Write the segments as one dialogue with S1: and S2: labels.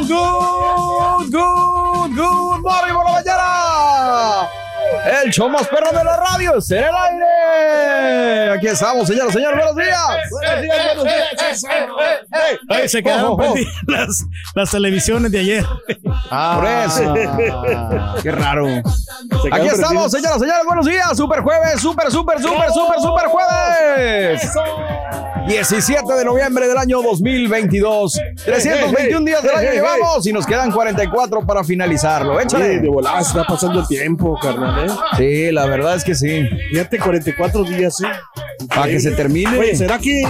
S1: ¡Good, good, good, good morning por la mañana! El show más perro de la radio es en el aire. Aquí estamos, señoras, señores. Buenos días. Buenos días, buenos días.
S2: eh.
S3: Oye, se quedaron
S1: Ojo, ojo.
S3: prendidas las, las televisiones de ayer.
S1: Ah,
S3: qué raro.
S1: Aquí estamos, señoras, señores. Buenos días. Super jueves, super, super, super, super, super jueves. 17 de noviembre del año 2022. 321 días del año llevamos y nos quedan 44 para finalizarlo. Échale.
S4: Oye, de volada se está pasando el tiempo, carnal, ¿eh?
S1: Sí, la verdad es que sí.
S4: Fíjate, 44 días, ¿sí?
S1: Para que se termine.
S4: Oye, ¿será que.?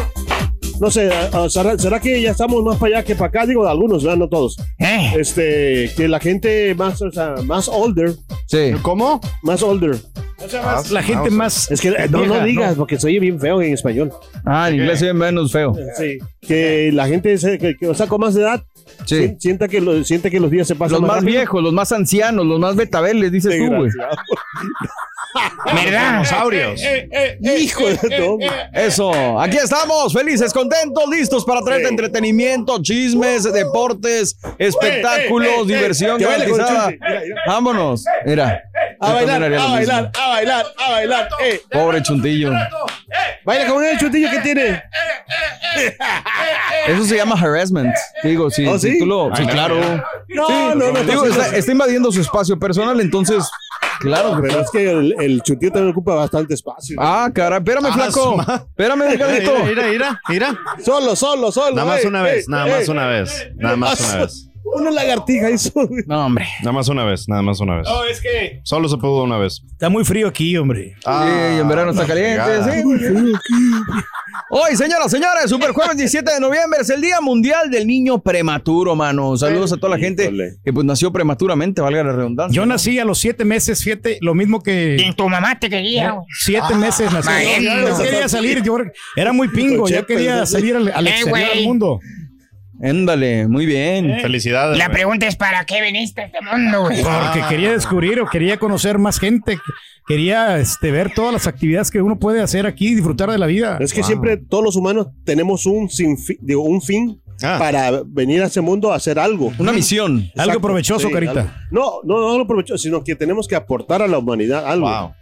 S4: No sé, ah, ¿será, será que ya estamos más para allá que para acá? Digo, de algunos, ¿verdad? No todos.
S1: Eh,
S4: Este, que la gente más, o sea, más older,
S1: Sí.
S4: ¿Cómo? más older.
S3: La gente más.
S4: Es que eh, no,
S3: vieja,
S4: no digas, porque se oye bien feo en español. Eh,
S1: Ah, en inglés se ve menos feo.
S4: Sí. Que la gente, se- que, que, o sea, con más edad,
S1: Sí.
S4: si- sienta, que lo- siente que los días se pasan
S1: Los más
S4: rápido.
S1: viejos, los más ancianos, los más betabeles, dices tú, güey.
S4: Desgraciado.
S1: ¿Verdad? Eh,
S4: Hijo de no,
S1: Eso, aquí estamos, felices, contentos, listos para traerte
S4: Sí. Uh.
S1: entretenimiento, chismes, deportes, espectáculos, diversión
S4: Que baile con el
S1: garantizada.
S4: chunti. Mira, mira.
S1: Vámonos, mira.
S4: A
S1: Yo
S4: bailar,
S1: también haría
S4: a
S1: lo mismo.
S4: bailar, a bailar, a bailar. Eh,
S1: Pobre chuntillo.
S4: baila con el chutillo que tiene.
S1: Eso se llama harassment. Digo, sí,
S4: ¿Oh, sí?
S1: sí, tú lo- sí, claro.
S4: No,
S1: Sí.
S4: no, no,
S1: Digo,
S4: no,
S1: está,
S4: no.
S1: está invadiendo su espacio personal, entonces, claro.
S4: Pero es que el, el chutillo también ocupa bastante espacio.
S1: Ah, cara, espérame, flaco. Espérame, delgadito.
S5: Mira, mira, mira, mira.
S4: Solo, solo, solo.
S5: Nada más
S4: eh,
S5: una vez,
S4: eh,
S5: nada
S4: eh.
S5: más una vez, nada más
S4: Ah,
S5: una vez.
S4: Una lagartija hizo.
S1: No, hombre.
S5: Nada más una vez, nada más una vez. No, Oh, es que. Solo se pudo una vez. Ah,
S3: Está muy frío aquí, hombre.
S1: sí, en verano está
S5: la
S1: caliente.
S5: fregada.
S1: sí, güey. Hoy, señoras, señores, super jueves 17 de noviembre es el Día Mundial del Niño Prematuro, mano. Saludos a toda la gente
S4: Híjole.
S1: que pues nació prematuramente, valga la redundancia.
S3: Yo nací a los siete meses, siete, lo mismo que.
S2: tu mamá te quería, güey.
S3: Eh,
S2: Ah,
S3: Siete
S5: Ah,
S3: meses nací. Yo, yo quería salir, yo era muy pingo, yo quería salir al, al
S2: Eh,
S3: exterior
S2: güey.
S3: del mundo.
S1: Éndale, muy bien.
S3: Eh,
S5: Eh. Felicidades.
S2: La
S5: güey.
S2: pregunta es: ¿para qué viniste a este mundo, güey?
S3: Porque quería descubrir o quería conocer más gente. Quería este, ver todas las actividades que uno puede hacer aquí y disfrutar de la vida.
S4: Es que siempre todos los humanos tenemos un, sinfi- digo, un fin
S5: Ah.
S4: para venir a ese mundo a hacer algo.
S1: Una misión.
S3: Algo
S4: Exacto,
S3: provechoso,
S4: sí, algo.
S3: Carita.
S4: No, no, no, no provechoso, sino que tenemos que aportar a la humanidad algo.
S5: Wow.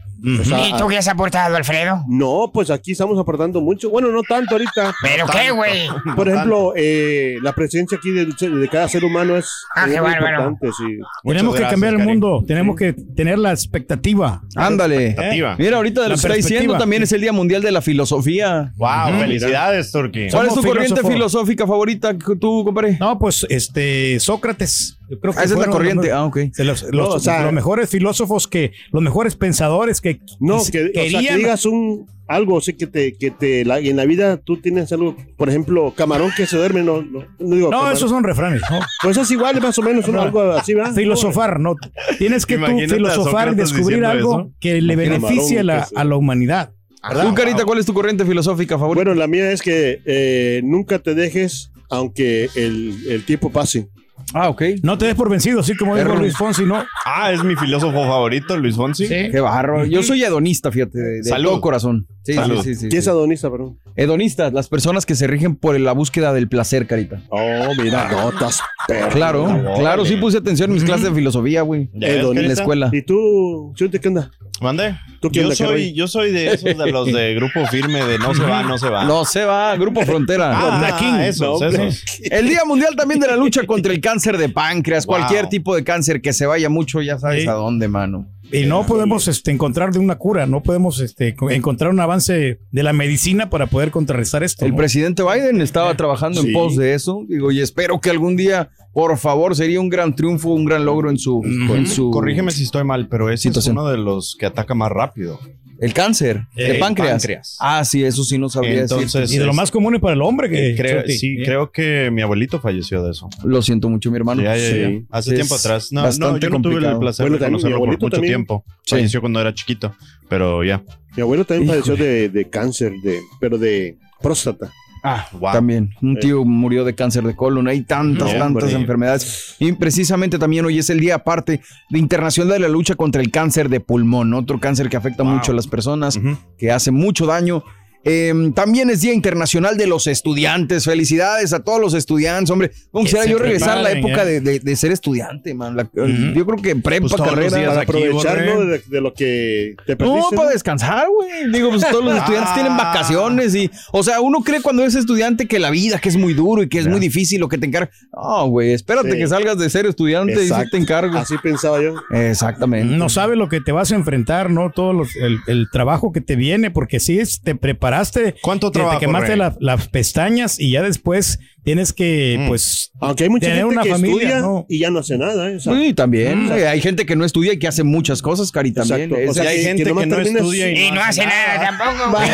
S4: O sea, ah,
S2: ¿Y tú qué has aportado, Alfredo?
S4: No, pues aquí estamos aportando mucho. Bueno, no tanto ahorita.
S2: ¿Pero qué, güey?
S4: Por ejemplo, eh, la presencia aquí del- de, cada ser humano es,
S2: Ah,
S4: es
S2: qué
S4: muy
S2: bárbaro.
S4: importante. Sí.
S5: Muchas
S3: tenemos que
S5: gracias,
S3: cambiar el
S5: Cari.
S3: mundo, tenemos que tener la expectativa.
S1: Ándale. ¿Eh?
S5: Expectativa.
S1: Mira, ahorita de
S3: La
S1: lo que está
S3: perspectiva.
S1: diciendo también es el Día Mundial de la Filosofía.
S5: Wow, felicidades, Turki.
S1: ¿Cuál es tu
S3: Somos
S1: corriente
S3: filósofos.
S1: filosófica favorita, tú, compadre?
S3: No, pues este Sócrates, Yo creo que
S1: Ah, esa es la
S3: fueron
S1: corriente.
S3: los-
S1: Ah, ok.
S3: de los, los-
S4: o sea-
S3: los mejores filósofos que, los mejores pensadores que
S4: No,
S3: quis-
S4: que, o sea, que
S3: querían-
S4: digas un algo, sí, que te, que te, la- en la vida tú tienes algo, por ejemplo, camarón que se duerme, no, no, no digo.
S3: no,
S4: camarón.
S3: esos son refranes. ¿no?
S4: Pues es igual, más o menos, un- algo así, ¿verdad?
S3: filosofar, no. Tienes que tú
S5: Imagínate a
S3: filosofar y
S5: Sócrates
S3: descubrir
S5: diciendo
S3: algo
S5: eso.
S3: que le
S4: Imagínate a
S3: beneficie a
S4: Marón,
S3: la,
S4: que sí.
S3: a la humanidad.
S1: Tú,
S5: ah,
S1: Carita, ¿cuál es tu corriente filosófica favorita?
S4: Bueno, la mía es que eh, nunca te dejes aunque el, el tiempo pase.
S1: Ah, ok.
S3: No te des por vencido, así como dijo
S1: Error.
S3: Luis Fonsi, ¿no?
S5: Ah, es mi filósofo favorito, Luis Fonsi.
S1: Qué barro. Yo soy hedonista, fíjate, de, de
S5: Salud.
S1: todo corazón. Sí,
S5: Salud.
S1: sí, sí, sí,
S4: ¿Quién es
S1: sí.
S4: adonista, perdón?
S1: Hedonistas, las personas que se rigen por la búsqueda del placer, Carita.
S4: Oh, mira, notas, perro.
S1: Claro,
S5: Órale.
S1: claro, sí puse atención en mis clases de filosofía, güey.
S5: Ya ves,
S4: Hedonista.
S1: En la
S5: Carita.
S1: escuela.
S4: ¿Y tú, Chunte, qué onda?
S5: Mande.
S4: ¿Tú quién
S5: Yo
S4: onda,
S5: soy,
S4: Carrillo?
S5: yo soy de esos de los de grupo firme de no se va, no se va.
S1: No se va, Grupo Frontera.
S5: Ah, ah,
S3: King.
S5: esos, esos.
S1: El Día Mundial también de la lucha contra el cáncer de páncreas,
S5: Wow.
S1: cualquier tipo de cáncer que se vaya mucho, ya sabes
S3: Sí.
S1: a dónde, mano.
S3: Y no podemos este, encontrar de una cura, no podemos este, co- encontrar un avance de la medicina para poder contrarrestar esto.
S1: El
S3: ¿no?
S1: presidente Biden estaba trabajando en
S4: Sí.
S1: pos de eso, digo, y espero que algún día, por favor, sería un gran triunfo, un gran logro en su, en su
S5: Corrígeme si estoy mal, pero ese
S1: Situación.
S5: es uno de los que ataca más rápido.
S1: el cáncer de
S4: Eh,
S5: El
S1: páncreas.
S5: páncreas.
S1: Ah, sí, eso sí no sabía
S5: Entonces,
S1: decirte.
S3: y de lo más común es para el hombre que
S5: Creo,
S3: Chuti,
S5: sí,
S3: ¿eh?
S5: creo que mi abuelito falleció de eso.
S1: Lo siento mucho, mi hermano.
S5: Ya, ya, ya.
S1: Sí.
S5: Hace
S1: Es
S5: tiempo atrás. No, no,
S1: bastante
S5: yo no tuve el
S1: complicado.
S5: placer
S4: Bueno,
S5: de
S4: también mi
S5: conocerlo por
S4: abuelito
S5: mucho
S4: también.
S5: tiempo.
S1: Sí.
S5: Falleció cuando era chiquito, pero ya.
S4: Mi abuelo también padeció de, de cáncer, de, pero de próstata.
S1: Ah,
S5: wow.
S1: También. Un
S4: Sí.
S1: tío murió de cáncer de colon. Hay tantas,
S5: No,
S1: tantas
S5: hombre.
S1: enfermedades. Y precisamente también hoy es el día aparte de Internacional de la Lucha contra el Cáncer de Pulmón, otro cáncer que afecta mucho a las personas,
S5: Ujú.
S1: que hace mucho daño. Eh, también es Día Internacional de los Estudiantes. Felicidades a todos los estudiantes, hombre. ¿Cómo
S3: Que
S1: quisiera
S3: se
S1: yo regresar a la
S3: preparen,
S1: época
S3: eh.
S1: de, de- de ser estudiante, man? La- Yo creo que prepa,
S5: Pues todos los
S1: carrera.
S5: días
S4: Para
S5: Aquí, pues,
S4: aprovecharlo
S5: Borre.
S4: de, de lo que te perdiste.
S1: No,
S4: ¿no?
S1: para descansar, güey. Digo, pues todos los estudiantes
S5: Ah.
S1: tienen vacaciones y, o sea, uno cree cuando es estudiante que la vida, que es muy duro y que es muy difícil lo que te encarga. No, güey, espérate
S4: Sí.
S1: que salgas de ser estudiante y sí
S4: Exacto.
S1: te encargo.
S4: Así pensaba yo.
S1: Exactamente.
S3: No sabes lo que te vas a enfrentar, ¿no? Todo los- el, el trabajo que te viene, porque si es, te preparaste, eh,
S5: ¿Cuánto
S3: te-
S5: trabajo,
S3: te quemaste
S5: Rey?
S3: la- las pestañas y ya después tienes que,
S5: Mm.
S3: pues,
S4: Aunque hay mucha
S3: Tener
S4: gente
S3: una
S4: que
S3: familia,
S4: estudia
S3: ¿no?
S4: y ya no hace nada. ¿eh? O sea,
S1: Sí,
S5: Mm.
S1: también. Eh, Hay gente que no estudia y que hace muchas cosas, Cari, también.
S4: Exacto.
S1: Es-
S4: O sea,
S5: Y hay
S4: que-
S5: gente
S4: que
S5: que,
S4: nomás
S5: no
S4: terminas-
S5: estudia y
S2: Y no hace nada tampoco, güey.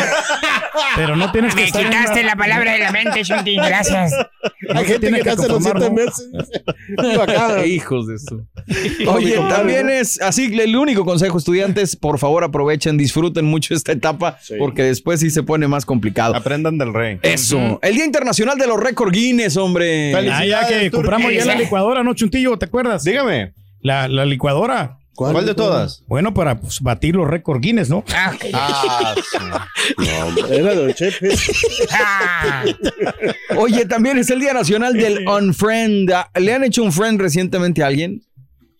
S3: pero no tienes que
S2: Me
S3: estar en
S2: quitaste
S3: una-
S2: la palabra de la mente, Shunti. Gracias.
S3: no
S4: hay
S3: te
S4: gente
S3: tienes
S4: que, hace los
S3: conformar,
S4: siete
S3: ¿no?
S4: meses. Digo, acá,
S1: Hijos de eso. Oye, también es así. El único consejo, estudiantes, por favor aprovechen, disfruten mucho esta etapa,
S4: Sí.
S1: porque después sí se pone más complicado.
S5: Aprendan del rey.
S1: Eso. El Día Internacional de los Récord Guinness, hombre.
S5: Feliz-
S3: Ah, ya que
S5: eh, Felicidades,
S3: compramos ya la
S2: Turquía.
S3: licuadora, ¿no, Chuntillo? ¿Te acuerdas?
S5: Dígame,
S3: La, la licuadora.
S5: ¿cuál, de todas?
S3: Bueno, para pues, batir los récord Guinness, ¿no?
S2: Ah, ok.
S5: Ah, sí.
S4: Era Don Chepe.
S2: Ah,
S1: Oye, también es el Día Nacional del Unfriend. Ah, ¿Le han hecho un friend recientemente a alguien?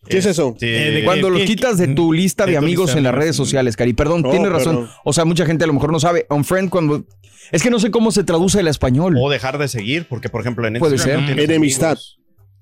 S4: ¿Qué es eso?
S5: Sí.
S3: Eh, ¿de
S1: Cuando los
S3: ¿qué-
S1: quitas de
S3: qué-
S1: tu lista de,
S3: de tu
S1: amigos
S3: lista de
S1: en las
S3: amigos?
S1: redes sociales, Cari. Perdón,
S4: No,
S1: tienes razón.
S4: perdón.
S1: O sea, mucha gente a lo mejor no sabe. Unfriend cuando... Es que no sé cómo se traduce el español.
S5: O dejar de seguir, porque por ejemplo en
S1: Puede
S5: Instagram
S1: ser.
S5: tienes
S4: Enemistad.
S5: amigos.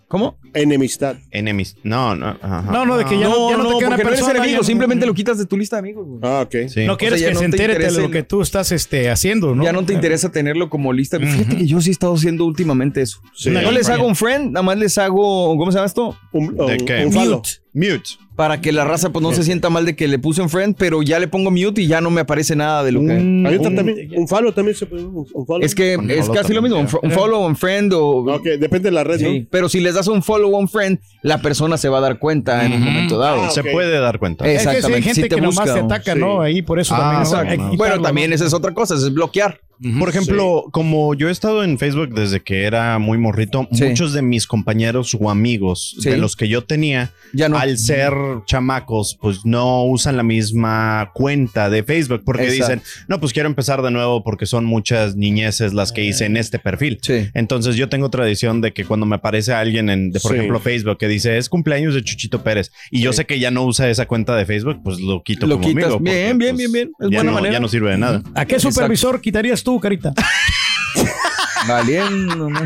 S1: ¿Cómo?
S4: Enemistad.
S5: Enemis. No, no. ajá.
S3: No, no, de que ya
S1: no,
S3: no, ya no
S1: no,
S3: te queda una
S1: porque no eres
S3: persona,
S1: enemigo.
S3: ya no-
S1: simplemente lo quitas de tu lista de amigos. güey.
S4: Ah, ok.
S5: Sí.
S3: No quieres
S1: sea, ya
S3: que
S1: no
S3: se
S1: te
S3: entere de
S1: interesa
S3: lo
S1: el-
S3: que tú estás este, haciendo, ¿no?
S1: Ya no te interesa tenerlo como lista. Fíjate que yo sí he estado haciendo últimamente eso.
S4: Sí.
S1: No les hago un friend, nada más les hago... ¿Cómo se llama esto?
S4: Un,
S5: ¿De
S4: un-
S5: qué?
S4: un falo.
S1: Mute.
S5: Mute.
S1: para que la raza pues no se sienta mal de que le puse un friend, pero ya le pongo mute y ya no me aparece nada de lo que
S5: Mm,
S4: Hay otra también- un falo también se puede. Un, un falo.
S1: es que
S5: Un
S1: es
S5: follow
S1: casi lo
S5: también,
S1: mismo, un,
S5: ya.
S1: fo- un follow, un friend o
S4: Ok, depende de la red,
S1: sí, pero si les das un follow, un friend, la persona se va a dar cuenta en un momento dado.
S4: Ah,
S5: Se
S4: ok.
S5: puede dar cuenta.
S1: Eh,
S3: Es que sí, hay
S1: Exactamente,
S3: gente
S1: sí te
S3: que nomás
S1: busca,
S3: te
S1: ¿no?
S3: ataca,
S4: Sí.
S3: ¿no? Ahí por eso
S5: Ah,
S3: también. ¿no?
S5: exacto.
S3: Hay que
S5: Bueno,
S3: quitarlo,
S1: Bueno,
S3: ¿no?
S1: también esa es otra cosa, es bloquear.
S5: Por ejemplo, como yo he estado en Facebook desde que era muy morrito,
S1: Sí.
S5: muchos de mis compañeros o amigos
S1: Sí.
S5: de los que yo tenía,
S1: Ya no.
S5: al ser chamacos, pues no usan la misma cuenta de Facebook porque
S1: Exacto.
S5: dicen, no, pues quiero empezar de nuevo porque son muchas niñeces las que hice en este perfil.
S1: Sí.
S5: Entonces yo tengo tradición de que cuando me aparece alguien en, de, por
S4: Sí.
S5: ejemplo, Facebook que dice es cumpleaños de Chuchito Pérez y yo sé que ya no usa esa cuenta de Facebook, pues lo quito
S1: Lo
S5: como
S1: quitas.
S5: amigo. porque,
S1: Bien, bien,
S5: pues,
S1: bien, bien. Es
S5: ya
S1: buena
S5: no-
S1: manera.
S5: Ya no sirve de nada.
S3: ¿A qué supervisor quitarías tú, Carita?
S1: Valiendo, ¿no?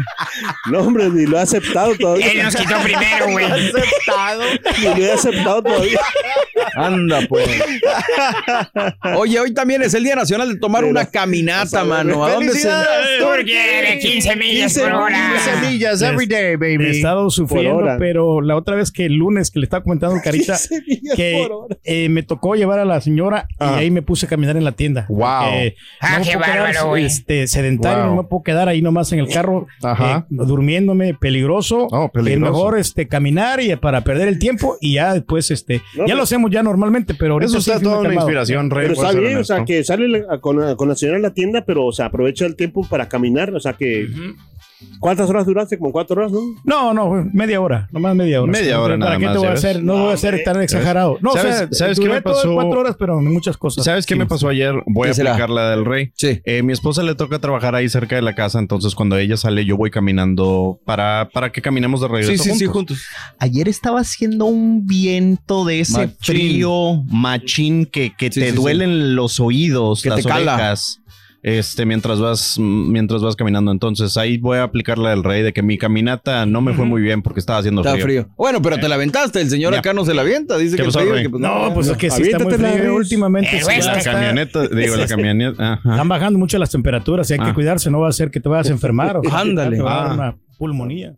S4: No, hombre, ni lo he aceptado todavía.
S2: Él nos quitó primero, güey.
S6: Aceptado.
S4: Ni lo he aceptado todavía.
S1: Anda, pues. Oye, hoy también es el Día Nacional de tomar una caminata, mano. ¿A dónde se.?
S2: Porque eres 15 millas por hora.
S6: semillas every day,
S3: He
S6: baby.
S3: estado
S4: Por
S3: sufriendo,
S4: hora.
S3: pero la otra vez que el lunes que le estaba comentando Carita, que eh, me tocó llevar a la señora
S4: Ah.
S3: y ahí me puse a caminar en la tienda.
S6: Wow.
S3: Porque eh,
S2: Ah,
S3: me
S2: qué
S3: puedo
S2: bárbaro,
S3: quedar,
S2: güey.
S3: este, sedentario,
S6: Wow.
S3: no me puedo quedar ahí nomás en el carro
S6: Ajá.
S3: eh, durmiéndome, peligroso.
S6: Oh,
S3: Es
S6: peligroso.
S3: mejor este, caminar y para perder el tiempo y ya después, este,
S4: No,
S3: ya
S4: pero-
S3: lo hacemos ya normalmente, pero ahorita
S5: Eso está
S3: sí fui muy
S5: toda una
S3: calmado.
S5: inspiración, Rey.
S4: Pero
S5: por
S4: está
S5: ser
S4: bien, o sea,
S5: honesto.
S4: que sale la- con, la, con la señora en la tienda, pero se aprovecha el tiempo para caminar. O sea, que. ¿Cuántas horas duraste? Como cuatro horas, ¿no?
S3: No, no, media hora, nomás media hora.
S5: Media hora
S3: ¿Para
S5: nada
S3: qué
S5: más,
S3: te voy a
S5: ¿ya ves?
S3: hacer? No, voy a ser tan exagerado. No,
S5: ¿Sabes-
S3: o sea,
S5: sabes qué
S3: duré
S5: me
S3: todo
S5: pasó?
S3: cuatro horas, pero muchas cosas.
S5: ¿Sabes qué me
S3: Sí.
S5: pasó ayer? Voy a
S1: ¿Qué será?
S5: aplicar la del rey.
S1: Sí.
S5: Eh, mi esposa le toca trabajar ahí cerca de la casa, entonces cuando ella sale yo voy caminando para, para que caminemos de regreso.
S1: Sí, sí, sí,
S5: juntos.
S1: juntos.
S5: Ayer estaba haciendo un viento de ese
S1: Machín.
S5: frío machín que, que
S1: Sí,
S5: te
S1: sí, sí.
S5: duelen los oídos,
S1: Que
S5: las
S1: te cala.
S5: orejas. Este, mientras vas, mientras vas caminando. Entonces, ahí voy a aplicar la del rey de que mi caminata no me fue muy bien porque estaba haciendo
S1: Está
S5: frío. Eh,
S1: frío. Bueno, pero te la aventaste. El señor
S5: Ya.
S1: acá no se la avienta. Dice
S5: ¿Qué
S1: que
S5: pasó,
S1: frío,
S5: Rey?
S1: que, pues,
S3: No, pues es que sí está muy
S4: Aviéntatela,
S3: frío
S4: Riz.
S3: últimamente.
S1: Eh,
S2: El
S3: sí,
S2: West
S3: ya
S5: La
S3: está-
S5: camioneta, digo, la camioneta. ajá.
S3: Están bajando mucho las temperaturas y hay que
S5: Ah.
S3: cuidarse, no va a ser que te vayas a enfermar. O sea,
S1: Ándale.
S3: Te va a dar
S5: Ah.
S3: una pulmonía.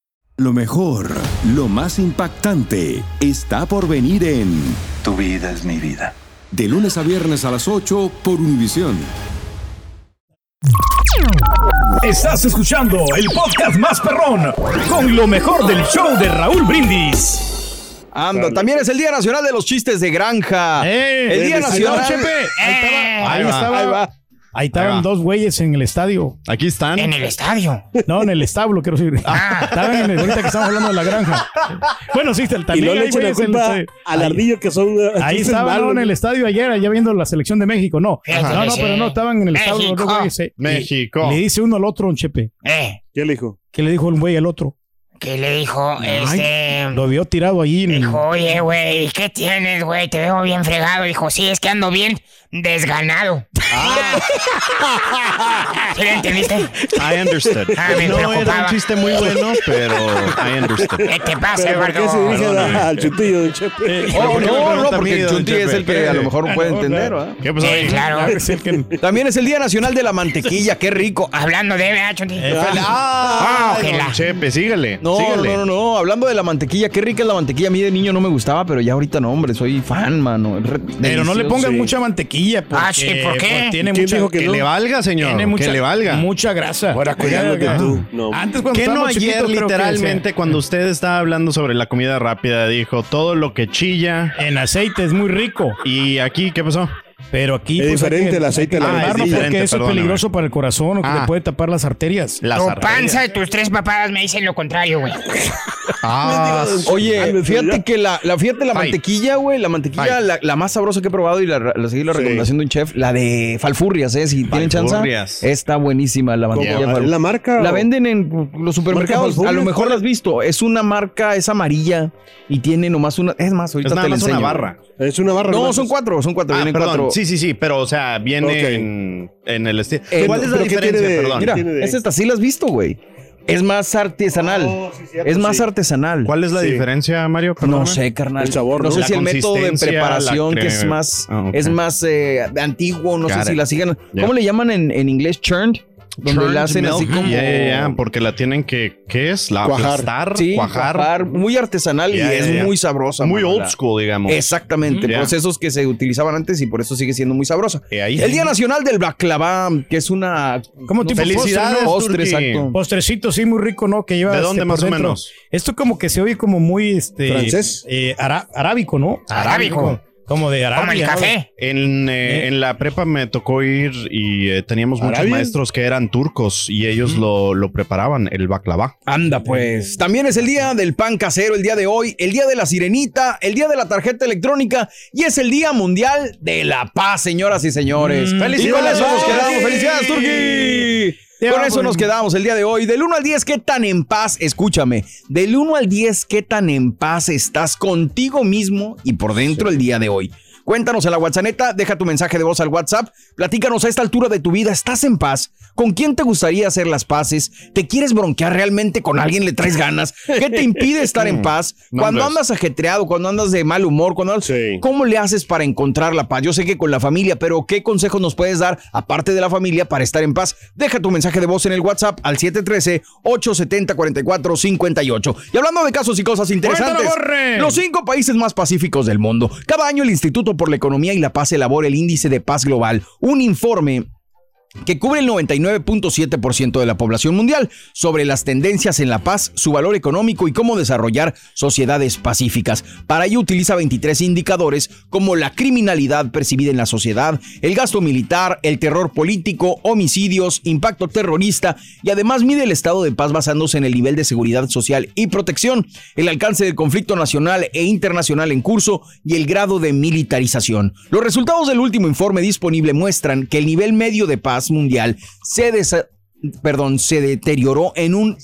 S7: Lo mejor, lo más impactante, está por venir en
S8: Tu vida es mi vida.
S7: De lunes a viernes a las 8 por Univisión.
S3: Estás escuchando el podcast más perrón con lo mejor del show de Raúl Brindis.
S1: Anda, también es el Día Nacional de los Chistes de Granja.
S3: Eh.
S1: el Día Nacional.
S3: Ahí
S5: Ahí va,
S3: estaba-
S5: ahí va.
S3: Ahí estaban
S5: Ahí va.
S3: dos güeyes en el estadio.
S5: Aquí están.
S2: En el estadio. Ah.
S3: No, en el establo, quiero decir. Estaban en el, ahorita que estamos hablando de la granja. Bueno, sí, también
S4: y no le
S3: hay
S4: echen la
S3: güeyes en el
S4: culpa
S3: estadio.
S4: al
S3: Ahí-
S4: ardillo que son.
S3: Ahí
S4: es
S3: estaban
S4: malo,
S3: ¿no? en el estadio ayer, allá viendo la selección de México. No,
S2: Ajá.
S3: no, no, pero no, estaban en el estadio. los dos
S2: México.
S3: güeyes, eh, y
S5: México.
S3: Le dice uno al otro, un chepe.
S2: Eh,
S4: ¿Qué le dijo?
S3: ¿Qué le dijo el güey al otro?
S2: ¿Qué le dijo? Este.
S3: Lo vio tirado allí en el-
S2: Dijo, oye, güey, ¿qué tienes, güey? Te veo bien fregado. Dijo, sí, es que ando bien desganado. ¿Sí le entendiste?
S5: I understood.
S2: Ah, me
S5: no era
S2: preocupaba.
S5: un chiste muy bueno, pero I understood.
S2: ¿Qué te pasa,
S4: ¿Pero
S2: Eduardo?
S4: por qué se dirige
S5: Perdóname.
S4: al chutillo de Chepe?
S1: Oh,
S5: ¿Por qué me
S1: no, no,
S5: pregunta a mí,
S1: porque el
S5: don
S1: Chunti es
S5: Chepe?
S1: el que a lo mejor no puede
S3: Ah, No,
S1: entender,
S3: claro. Ah,
S1: ¿verdad?
S5: ¿Qué pasó
S2: Eh,
S5: ahí?
S2: claro.
S3: Es el que-
S1: También es el Día Nacional de la Mantequilla. Qué rico. Ah,
S2: Hablando de, ¿verdad, Chunti?
S5: Ah,
S2: Ah,
S5: don
S2: ojalá.
S5: Chepe, sígale.
S1: No,
S5: sígale.
S1: no, no, no. Hablando de la mantequilla, qué rica es la mantequilla. A mí de niño no me gustaba, pero ya ahorita no, hombre. Soy fan, mano. Es re-
S3: Pero no le
S1: delicioso.
S3: pongan
S4: sí.
S3: mucha mantequilla. Porque,
S2: Ah, sí, ¿por qué?
S3: porque Tiene
S4: ¿Quién
S3: mucha,
S4: dijo que
S5: Que
S4: no?
S5: le valga, señor.
S3: tiene mucha,
S5: que le valga.
S3: Mucha grasa.
S4: Ahora, cuidándote
S3: Ah.
S4: tú. No.
S3: Antes cuando
S5: Que no
S3: estábamos
S5: ayer,
S3: chiquitos, creo que
S5: literalmente, cuando usted estaba hablando sobre la comida rápida, dijo todo lo que chilla.
S3: decía, En aceite es muy rico.
S5: Y aquí, ¿qué pasó?
S3: Pero aquí.
S4: Es
S3: pues, hay
S4: diferente
S3: que-
S4: el aceite de la
S3: hay que cuidarnos
S5: mantequilla. Ah, es
S3: porque
S5: diferente,
S3: eso es
S5: perdóname.
S3: peligroso para el corazón o que
S5: Ah.
S3: te puede tapar las arterias.
S5: Las
S2: Tu
S5: arterias.
S2: panza y tus tres papadas me dicen lo contrario, güey.
S5: Ah,
S1: Oye, fíjate que la, la, fíjate la
S5: Ay.
S1: mantequilla, güey, la mantequilla,
S5: Ay.
S1: la, la más sabrosa que he probado y la, la seguí la recomendación de un chef, la de Falfurrias, ¿eh? Si tienen
S5: Falfurrias.
S1: chance, está buenísima la
S4: ¿Cómo?
S1: mantequilla.
S4: ¿Es
S1: Falfurrias.
S4: la marca?
S1: La
S4: o-
S1: venden en los supermercados.
S4: Falfurrias?
S1: A lo mejor la has visto. Es una marca, es amarilla y tiene nomás una. Es más, ahorita
S5: es nada
S1: te la
S5: más una
S1: enseño.
S5: barra.
S4: Es una barra.
S1: No,
S4: nomás.
S1: son cuatro, son cuatro,
S5: Ah,
S1: vienen
S5: perdón.
S1: cuatro.
S5: Sí, sí, sí, pero o sea, viene
S4: Ok.
S5: en, en el estilo.
S1: Eh,
S5: ¿Cuál es la
S4: ¿pero qué
S5: diferencia?
S4: tiene de-
S5: perdón.
S1: Mira,
S4: tiene de-
S1: es esta, sí la has visto, güey. Es más
S5: Ah,
S1: artesanal.
S4: Oh, sí, cierto,
S1: es más
S4: sí.
S1: artesanal.
S5: ¿Cuál es la
S4: Sí.
S5: diferencia, Mario? Perdóname.
S1: No sé, carnal.
S4: El sabor,
S1: no,
S4: ¿no?
S1: sé
S5: La
S1: si el método de
S5: consistencia,
S1: preparación
S5: la
S1: que es
S5: crema.
S1: más
S5: Ah, ok.
S1: es más eh, antiguo, no
S5: Got
S1: sé si
S5: it.
S1: la sigan.
S5: Yeah.
S1: ¿Cómo le llaman en, en inglés churned? Donde
S5: Churned
S1: la hacen así
S5: milk. Ah,
S1: como
S5: Ya, ya, ya, porque la tienen que. ¿Qué es? La
S4: Cuajar.
S5: aplastar,
S1: sí,
S5: cuajar.
S1: cuajar, muy artesanal
S5: Ya,
S1: y
S5: ya,
S1: es
S5: ya.
S1: muy sabrosa.
S5: Muy
S1: mano,
S5: old
S1: la-
S5: school, digamos.
S1: Exactamente,
S5: Mm, ya.
S1: procesos que se utilizaban antes y por eso sigue siendo muy sabrosa.
S5: Eh, ahí-
S1: El Día Nacional del Baklava, que es una
S3: Como tipo
S5: Felicidades,
S1: postre,
S5: Turki.
S1: exacto.
S3: Postrecito, sí, muy rico, ¿no? Que lleva.
S5: ¿De
S3: este,
S5: dónde
S3: por
S5: más o
S3: dentro.
S5: menos?
S3: Esto como que se oye como muy este.
S4: Francés.
S3: eh, ara- arábico, ¿no?
S2: Arábico.
S3: Como- Como de Arabia.
S5: En, eh, en la prepa me tocó ir y eh, teníamos muchos
S3: ¿Arabia?
S5: maestros que eran turcos y ellos lo, lo preparaban, el baklava.
S1: Anda, pues. También es el día del pan casero, el día de hoy, el día de la sirenita, el día de la tarjeta electrónica y es el día mundial de la paz, señoras y señores.
S3: Mm.
S1: ¡Felicidades! Y con eso nos quedamos. ¡Felicidades, Turki! Con eso nos quedamos el día de hoy. Del 1 al 10, ¿qué tan en paz? Escúchame. Del 1 al 10, ¿qué tan en paz estás contigo mismo y por dentro el día de hoy? Cuéntanos en la WhatsApp, deja tu mensaje de voz al WhatsApp, platícanos a esta altura de tu vida, ¿estás en paz? ¿Con quién te gustaría hacer las paces? ¿Te quieres bronquear realmente con alguien? ¿Le traes ganas? ¿Qué te impide estar en paz?
S5: No,
S1: cuando
S5: pues.
S1: andas ajetreado, cuando andas de mal humor, cuando andas- ¿cómo le haces para encontrar la paz? Yo sé que con la familia, pero ¿qué consejos nos puedes dar aparte de la familia para estar en paz? Deja tu mensaje de voz en el WhatsApp al 713-870-4458. Y hablando de casos y cosas interesantes,
S3: Cuéntalo, Borre.
S1: los cinco países más pacíficos del mundo. Cada año el Instituto por la Economía y la Paz elabora el Índice de Paz Global, un informe que cubre el 99.7% de la población mundial sobre las tendencias en la paz, su valor económico y cómo desarrollar sociedades pacíficas. Para ello utiliza 23 indicadores como la criminalidad percibida en la sociedad, el gasto militar, el terror político, homicidios, impacto terrorista y además mide el estado de paz basándose en el nivel de seguridad social y protección, el alcance del conflicto nacional e internacional en curso y el grado de militarización. Los resultados del último informe disponible muestran que el nivel medio de paz mundial se desa- perdón, se deterioró en un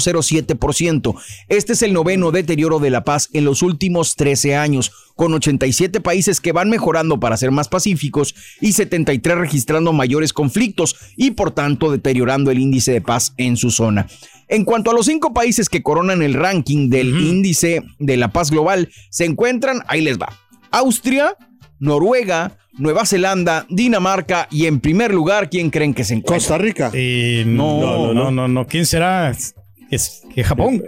S1: 0.07%. Este es el noveno deterioro de la paz en los últimos 13 años, con 87 países que van mejorando para ser más pacíficos y 73 registrando mayores conflictos y por tanto deteriorando el índice de paz en su zona. En cuanto a los cinco países que coronan el ranking del índice de la paz global, se encuentran, ahí les va, Austria, Noruega, Nueva Zelanda, Dinamarca y en primer lugar, ¿quién creen que se encuentra? Costa
S4: Rica.
S1: no,
S3: Eh, no, no, no, no. ¿Quién será? Es que Japón.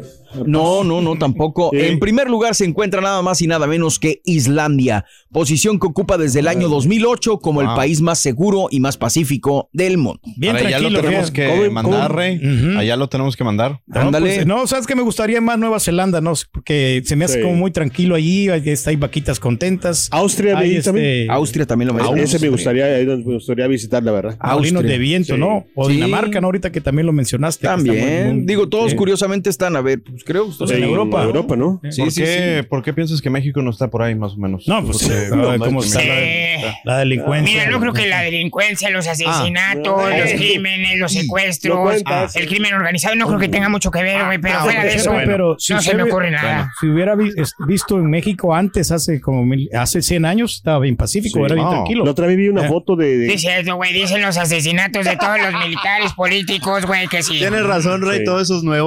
S1: No, no, no, tampoco. En primer lugar se encuentra nada más y nada menos que Islandia, posición que ocupa desde el año 2008 como el
S5: Wow.
S1: país más seguro y más pacífico del mundo.
S5: Ahora, ya lo tenemos que mandar, Rey. Allá lo tenemos que mandar.
S3: No, pues, no, sabes que me gustaría más Nueva Zelanda, no, porque se me hace
S5: Sí.
S3: como muy tranquilo allí, hay, hay vaquitas contentas.
S4: Austria,
S3: Hay,
S4: ahí
S3: este,
S4: también.
S1: Austria también lo
S3: merece.
S4: Ese me gustaría, ahí nos- me gustaría visitar, la verdad.
S3: Molinos de viento,
S4: Sí.
S3: ¿no? O
S4: Sí.
S3: Dinamarca, ¿no? Ahorita que también lo mencionaste. que está muy-
S1: Bien,
S3: muy-
S1: digo, todos
S3: sí.
S1: curiosamente están, a ver, pues creo,
S3: Sí, en Europa. Europa, ¿no?
S5: ¿Por,
S3: Sí, sí,
S5: qué,
S3: sí.
S5: ¿Por qué piensas que México no está por ahí, más o menos?
S3: No, pues,
S5: Porque-
S3: eh, no, ¿cómo está la- la delincuencia?
S2: Mira, no creo que la delincuencia, los asesinatos,
S3: Ah,
S2: los
S3: eh,
S2: crímenes, los
S3: no
S2: secuestros,
S3: cuenta,
S2: el crimen organizado, no creo que tenga mucho que ver, güey, pero
S3: Ah,
S2: fuera de
S3: pero-
S2: eso,
S3: pero si
S2: no se
S3: usted
S2: me
S3: ve-
S2: ocurre nada.
S3: Bueno, si hubiera vi- es- visto en México antes, hace como mil- hace 100 años, estaba bien pacífico, era bien tranquilo.
S4: La otra vez vi una
S3: Eh.
S4: foto de. de-
S2: Dice eso, güey, dicen los asesinatos de todos los militares políticos, güey, que sí.
S5: Tienes razón, Rey,
S4: Sí.
S5: todo eso es nuevo.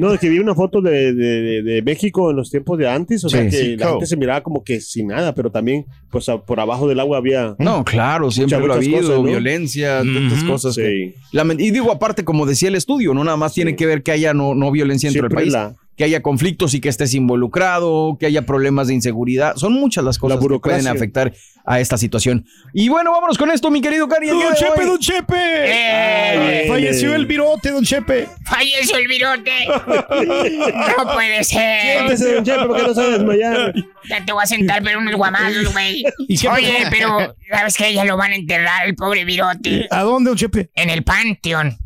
S4: No, es que vi una foto de, de- de- de México en los tiempos de antes, o
S5: Sí,
S4: sea que
S5: sí,
S4: la
S5: claro.
S4: gente se miraba como que sin nada, pero también, pues a- por abajo del agua había.
S3: Mm.
S1: No, claro, siempre
S4: Muchas
S1: lo ha
S4: otras
S1: habido,
S4: cosas, ¿no?
S1: violencia, tantas
S4: Ujú.
S1: cosas. que-
S4: Sí.
S1: Lament- y digo, aparte, como decía el estudio, no nada más tiene que ver que haya no, no violencia dentro del
S4: Siempre
S1: país,
S4: la-
S1: que haya conflictos y que estés involucrado, que haya problemas de inseguridad. Son muchas las cosas que pueden
S4: burocracia.
S1: afectar a esta situación. Y bueno, vámonos con esto, mi querido Cari. el día
S3: ¡Don
S1: de
S3: Chepe,
S1: hoy.
S3: don Chepe!
S1: Ay,
S3: Falleció
S1: eh.
S3: el virote, don Chepe.
S2: Falleció el virote. No puede ser.
S4: Siéntese, don Chepe, porque no se va a desmayar.
S2: Ya te voy a sentar, pero unos guamazos, güey.
S3: ¿Y qué
S2: Oye,
S3: pasó?
S2: pero ¿sabes qué? Ya lo van a enterrar, el pobre virote.
S3: ¿A dónde, don Chepe?
S2: En el panteón.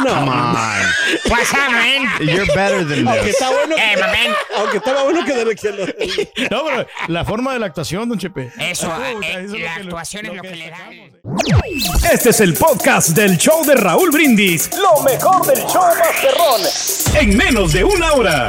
S5: No,
S2: What's up, man?
S5: You're better than
S4: Aunque
S5: this.
S4: está bueno
S2: Eh,
S4: que,
S2: mamén.
S4: aunque estaba bueno que de lo que lo-
S3: No, pero la forma de la actuación, don Chepe.
S2: Eso, eh, la actuación es lo que le da.
S9: Este es el podcast del show de Raúl Brindis. Lo mejor del show Masterrón. En menos de una hora.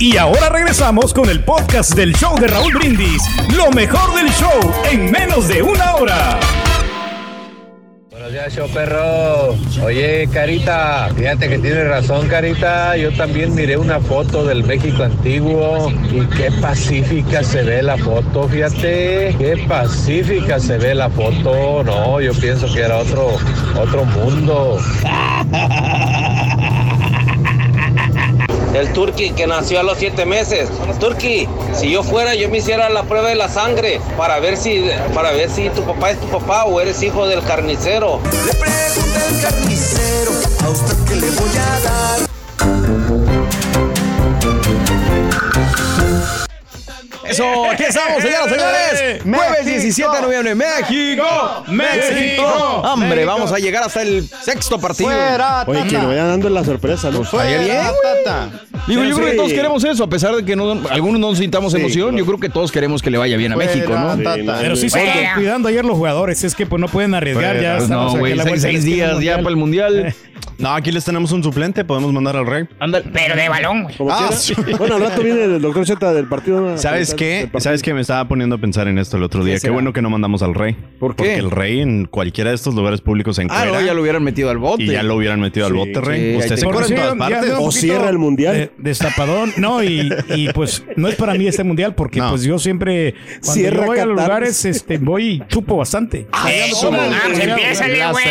S9: Y ahora regresamos con el podcast del show de Raúl Brindis. Lo mejor del show en menos de una hora.
S10: Buenos días, Hola, show perro. Oye, Carita, fíjate que tienes razón, Carita. Yo también miré una foto del México antiguo y qué pacífica se ve la foto, fíjate. Qué pacífica se ve la foto. No, yo pienso que era otro, otro mundo.
S11: El turqui que nació a los siete meses. Turqui, si yo fuera, yo me hiciera la prueba de la sangre para ver si, para ver si tu papá es tu papá o eres hijo del carnicero.
S12: El carnicero, a usted que le voy a dar.
S1: Eso, aquí estamos, señoras y señores. Jueves 17 de noviembre, México, México. Hombre,
S4: México.
S1: vamos a llegar hasta el sexto partido.
S4: Oye, que le vayan dando la sorpresa,
S5: Pues,
S4: ¿no?
S1: Estaría bien, güey. Digo, yo creo que todos queremos eso, a pesar de que no, algunos no sintamos
S4: Sí,
S1: emoción, yo creo que todos queremos que le vaya bien a
S3: Fuera,
S1: México, ¿no?
S3: tata. Pero sí se están cuidando ayer los jugadores, es que pues no pueden arriesgar ya.
S5: Pues
S3: estamos
S5: no,
S3: aquí a
S5: güey,
S3: la
S5: seis,
S3: vuelta
S5: seis
S3: de la esquina
S5: días
S3: mundial.
S5: ya para el mundial. No, aquí les tenemos un suplente, podemos mandar al rey.
S2: Pero de balón, güey.
S4: Como
S5: Ah,
S4: quiera. Bueno, al rato viene el doctor Z del partido. ¿no?
S5: ¿Sabes qué? ¿Sabes qué? Me estaba poniendo a pensar en esto el otro día. Qué,
S4: será?
S5: bueno que no mandamos al rey. ¿Por
S1: qué?
S5: Porque el rey en cualquiera de estos lugares públicos se
S1: Ah,
S5: encuentra.
S1: no, ya lo hubieran metido al bote.
S5: Y ya lo hubieran metido al bote, rey. Usted se encuentra en todas partes.
S3: pues,
S4: mundial.
S3: De, de zapadón. No, y, y, pues no es para mí este mundial porque pues yo siempre cuando
S4: Cierra
S3: yo voy a los
S4: Qatar.
S3: lugares este, voy y chupo bastante.
S2: Eh, ah, pues empiézale, güey.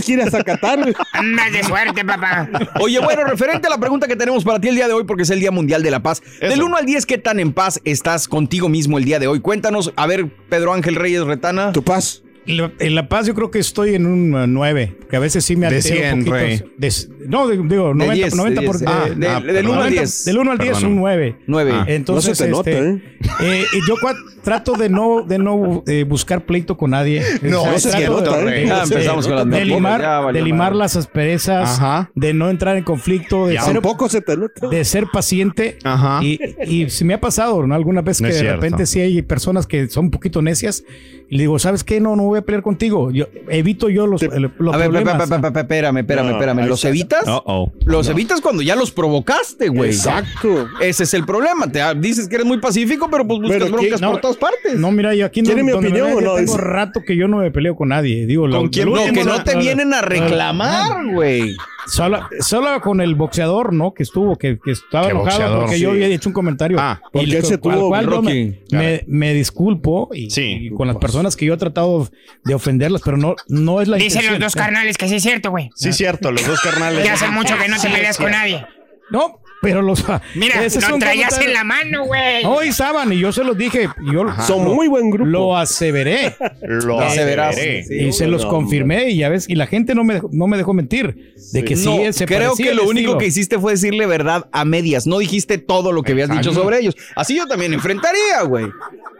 S4: que ir hasta Qatar,
S2: Andas de suerte, papá.
S1: Oye, bueno, referente a la pregunta que tenemos para ti el día de hoy, porque es el Día Mundial de la Paz. Del 1 al 10, ¿qué tan en paz estás contigo mismo el día de hoy? Cuéntanos, a ver, Pedro Ángel Reyes Retana. ¿Tu
S4: paz?
S3: La- en La Paz yo creo que estoy en un uh, 9, que a veces sí me
S1: De
S3: altero
S1: 100,
S3: un poquito.
S1: Rey.
S3: De- no, digo, digo, 90,
S1: 10, de
S3: 90 por-
S1: 10, eh, de- del uno al
S3: 90,
S1: 10.
S3: Del 1 al 10 un
S1: Perdóname.
S3: 9.
S1: Nueve. Ah.
S3: Entonces,
S1: No se te nota,
S3: este,
S1: ¿eh?
S3: eh, y yo cua- trato de no, de no eh, buscar pleito con nadie.
S1: No,
S3: O sea,
S1: no se te
S3: trato
S1: nota,
S3: de-
S1: Rey.
S3: de- este,
S1: Ah, empezamos
S3: de-
S1: con las
S3: de
S1: mentiras,
S3: limar,
S1: ya valió
S3: de limar las asperezas,
S4: Ajá.
S3: de no entrar en conflicto, de
S4: Ya,
S3: ser,
S4: tampoco se te nota.
S3: de ser paciente. Y, y si me ha pasado ¿no? alguna vez
S4: No
S3: que
S4: es
S3: de
S4: cierto.
S3: repente sí hay personas que son un poquito necias y le digo, ¿sabes qué? No, no voy a pelear contigo. Yo evito yo los, el- los
S1: A ver, pe- pe-
S3: problemas.
S1: pe- pe- pe- espérame, espérame,
S3: No,
S1: espérame.
S3: ahí
S1: ¿Los
S3: está.
S1: evitas?
S3: Uh-oh.
S1: Los
S3: No.
S1: evitas cuando ya los provocaste, güey.
S4: Exacto.
S1: Ese es el problema. Te ah, dices que eres muy pacífico, pero pues buscas
S3: Pero
S1: broncas
S3: ¿quién- no?
S1: por todas partes.
S3: No, mira, yo aquí no,
S1: ¿Quiere mi
S3: donde me
S1: opinión
S3: vean,
S1: o
S3: yo
S1: no?
S3: tengo
S1: Dice-
S3: rato que yo no me peleo con nadie. Digo, lo-
S1: ¿Con quién?
S3: lo
S1: No,
S3: último-
S1: que no te vienen a reclamar, güey.
S3: Solo, solo con el boxeador, ¿no? Que estuvo, que, que estaba
S1: ¿Qué
S3: enojado
S1: boxeador?
S3: porque yo
S1: Sí.
S3: había hecho un comentario.
S1: porque
S3: Y
S1: él se
S3: al
S1: tuvo,
S3: cual yo
S1: Rocky.
S3: me, me- me disculpo y, y con las personas que yo he tratado de ofenderlas, pero no, no es la
S2: Dicen los
S3: intención.
S2: dos carnales que sí es cierto, güey.
S3: Sí, cierto, los dos carnales.
S2: Ya hace mucho que no te
S3: Sí,
S2: peleas
S3: es
S2: con
S3: cierto.
S2: nadie.
S3: No, pero los.
S2: Mira,
S3: ese es
S2: lo
S3: un
S2: traías
S3: comentario-
S2: en la mano, güey.
S3: No, y estaban, y yo se los dije. Yo
S4: Son
S3: lo-
S4: muy buen grupo.
S3: Lo aseveré.
S4: Lo
S3: Eh,
S4: aseveraste. Sí,
S3: Y se los
S4: no,
S3: confirmé, y ya ves, y la gente no me dejó, no me dejó mentir. De que sí,
S1: No,
S3: se
S1: creo
S3: parecía
S1: que
S3: el
S1: lo único
S3: estilo.
S1: que hiciste fue decirle verdad a medias. No dijiste todo lo que habías dicho
S3: Exacto.
S1: sobre ellos. Así yo también enfrentaría, güey.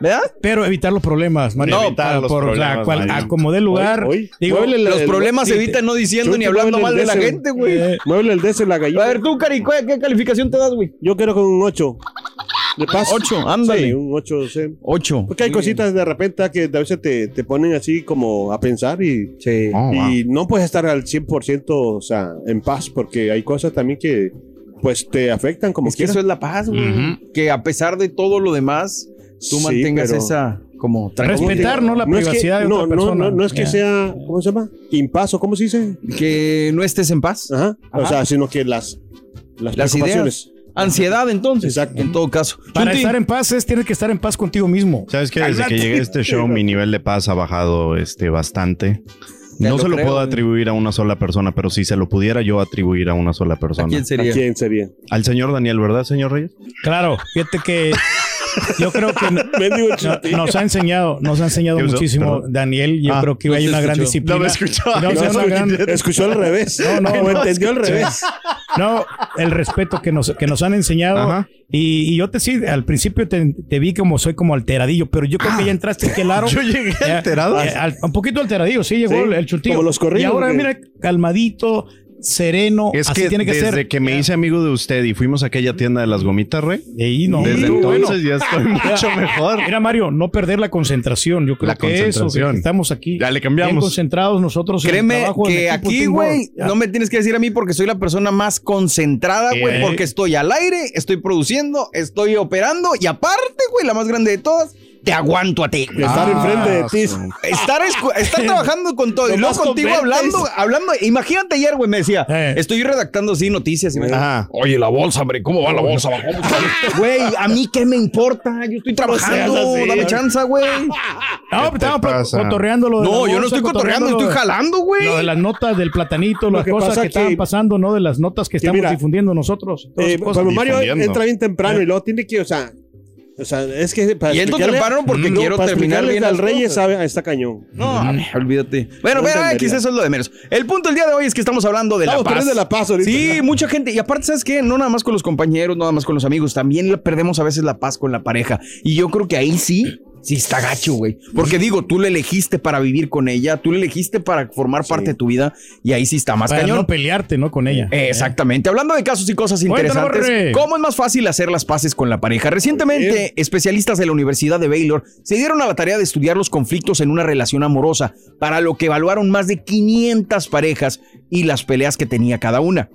S1: ¿Verdad?
S3: Pero evitar los problemas, Mario.
S1: No,
S3: Evitar
S1: por-
S3: los
S1: por la
S3: problemas,
S1: cual-
S3: Mario.
S1: acomodé lugar. Digo,
S4: Muévele la-
S1: los
S4: el-
S1: problemas se evitan no diciendo ni hablando
S4: muévele
S1: mal
S4: el
S1: de la
S4: dese-
S1: gente, güey.
S4: Eh, Muévele el DS la gallina. A ver,
S1: tú, Cari, ¿cuál- ¿qué calificación te das, güey?
S4: Yo quiero con un 8. ¿De paso?
S1: 8, ándale.
S4: Sí, un 8, sí.
S1: 8.
S4: Porque hay cositas de repente ah, que a veces te, te ponen así como a pensar y, y no puedes estar al 100% o sea, en paz porque hay cosas también que pues te afectan como
S1: Es que eso es la paz, güey. Que a pesar de todo lo demás, tú
S4: Sí,
S1: mantengas
S4: pero-
S1: esa como
S3: Respetar, ¿no? La privacidad
S4: es
S3: de
S4: que,
S3: otra
S4: no, no,
S3: persona.
S4: No, no es que
S3: Ya.
S4: sea, ¿cómo se llama? Impaz o ¿cómo se dice?
S1: Que no estés en paz.
S4: Ajá. O
S1: Ajá.
S4: sea, sino que las, las,
S1: Las
S4: preocupaciones.
S1: ideas. Ansiedad, entonces. En todo caso.
S3: Para
S1: Chunti.
S3: estar en paz es tienes que estar en paz contigo mismo.
S5: ¿Sabes que desde que llegué a este show mi nivel de paz ha bajado este bastante.
S3: Te
S5: No
S3: lo
S5: se lo
S3: creo,
S5: puedo
S3: güey.
S5: atribuir a una sola persona, pero si se lo pudiera yo atribuir a una sola persona.
S3: quién sería? ¿A quién
S4: sería?
S5: Al señor Daniel, ¿verdad, señor Reyes?
S3: Claro, fíjate que yo creo que no-
S4: Mendigo
S3: no- nos ha enseñado, nos ha enseñado
S5: ¿Qué pasó?
S3: muchísimo
S5: Perdón.
S3: Daniel. Yo
S5: Ah,
S3: creo que
S5: no
S3: hay
S5: te
S3: una gran
S5: escuchó.
S3: disciplina.
S5: No me escuchó.
S3: No, o sea,
S5: No,
S3: una gran-
S4: Escuchó al revés.
S3: No, no,
S4: No, entendió al
S3: escuché.
S4: revés.
S3: No, el respeto que nos, que nos han enseñado. Y, y yo te sí, al principio te, te vi como soy como alteradillo, pero yo creo que ya entraste en que el aro.
S5: Ah. Yo llegué
S3: Ya,
S5: alterado.
S3: eh, al- un poquito alteradillo, sí, llegó
S5: Sí,
S3: el- el chutillo.
S5: como los corridos,
S3: Y ahora,
S5: ¿o qué?
S3: mira, calmadito, sereno.
S5: Es
S3: así
S5: que,
S3: tiene que
S5: desde
S3: ser.
S5: que me hice amigo de usted y fuimos a aquella tienda de las gomitas, Rey.
S3: no,
S5: desde
S3: hombre,
S5: entonces
S3: bueno.
S5: ya estoy mucho mejor.
S3: Mira, Mario, no perder la concentración. Yo creo
S5: La
S3: que eso,
S5: concentración.
S3: que estamos aquí. Ya le
S5: cambiamos.
S3: concentrados nosotros. Pues en el
S1: Créeme
S3: trabajo, en
S1: que
S3: el equipo,
S1: aquí,
S3: teamwork.
S1: güey,
S3: Ya.
S1: no me tienes que decir a mí porque soy la persona más concentrada, güey,
S3: Eh.
S1: porque estoy al aire, estoy produciendo, estoy operando y aparte, güey, la más grande de todas, te aguanto a ti. Ah,
S4: Estar enfrente de ti.
S1: Estar, escu- estar trabajando con todo. y luego
S4: Nomás
S1: contigo
S4: conventes.
S1: hablando, hablando. Imagínate ayer, güey, me decía, estoy redactando así noticias. Y me decía, Oye, la bolsa, hombre, ¿cómo va la bolsa? Bajó mucho". Güey, a mí qué me importa. Yo estoy trabajando.
S3: así.
S1: dame chance, güey.
S3: No, estaba cotorreando lo de
S1: No,
S3: la
S1: yo no
S3: bolsa,
S1: estoy cotorreando,
S3: cotorreando
S1: estoy
S3: lo de-
S1: jalando, güey.
S3: Lo de las notas del platanito,
S4: Lo
S3: las
S4: que
S3: cosas
S4: pasa
S3: que,
S4: que-
S3: estaban pasando, ¿no? De las notas que
S4: que
S3: estamos
S4: mira,
S3: difundiendo nosotros. todas
S4: Eh,
S3: esas
S4: por
S3: cosas.
S4: ejemplo, Mario entra bien
S1: Eh.
S4: temprano y luego tiene que, o sea, o sea, es que para
S1: Y entro
S4: explicarle-
S1: temprano porque
S4: No,
S1: quiero
S4: para
S1: terminar
S4: explicarle
S1: bien
S4: al
S1: las
S4: Reyes
S1: cosas.
S4: sabe a esta cañón.
S1: No, olvídate. Bueno,
S4: No
S1: vea,
S4: entendería.
S1: X, eso es lo de menos. El punto del día de hoy es que estamos hablando de
S4: Estamos
S1: la paz.
S4: perdiendo la paz ahorita.
S1: Sí, mucha gente. Y aparte, ¿sabes qué? No nada más con los compañeros, no nada más con los amigos. También la- perdemos a veces la paz con la pareja. Y yo creo que ahí sí. Sí, está gacho, güey. Porque digo, tú le elegiste para vivir con ella, tú le elegiste para formar parte de tu vida y ahí sí está más
S3: Para
S1: cañón.
S3: no pelearte, ¿no? Con ella.
S1: Exactamente. Hablando de casos y cosas
S3: Cuéntanos, Borre.
S1: interesantes, ¿cómo es más fácil hacer las paces con la pareja? Recientemente, especialistas de la Universidad de Baylor se dieron a la tarea de estudiar los conflictos en una relación amorosa, para lo que evaluaron más de 500 parejas y las peleas que tenía cada una.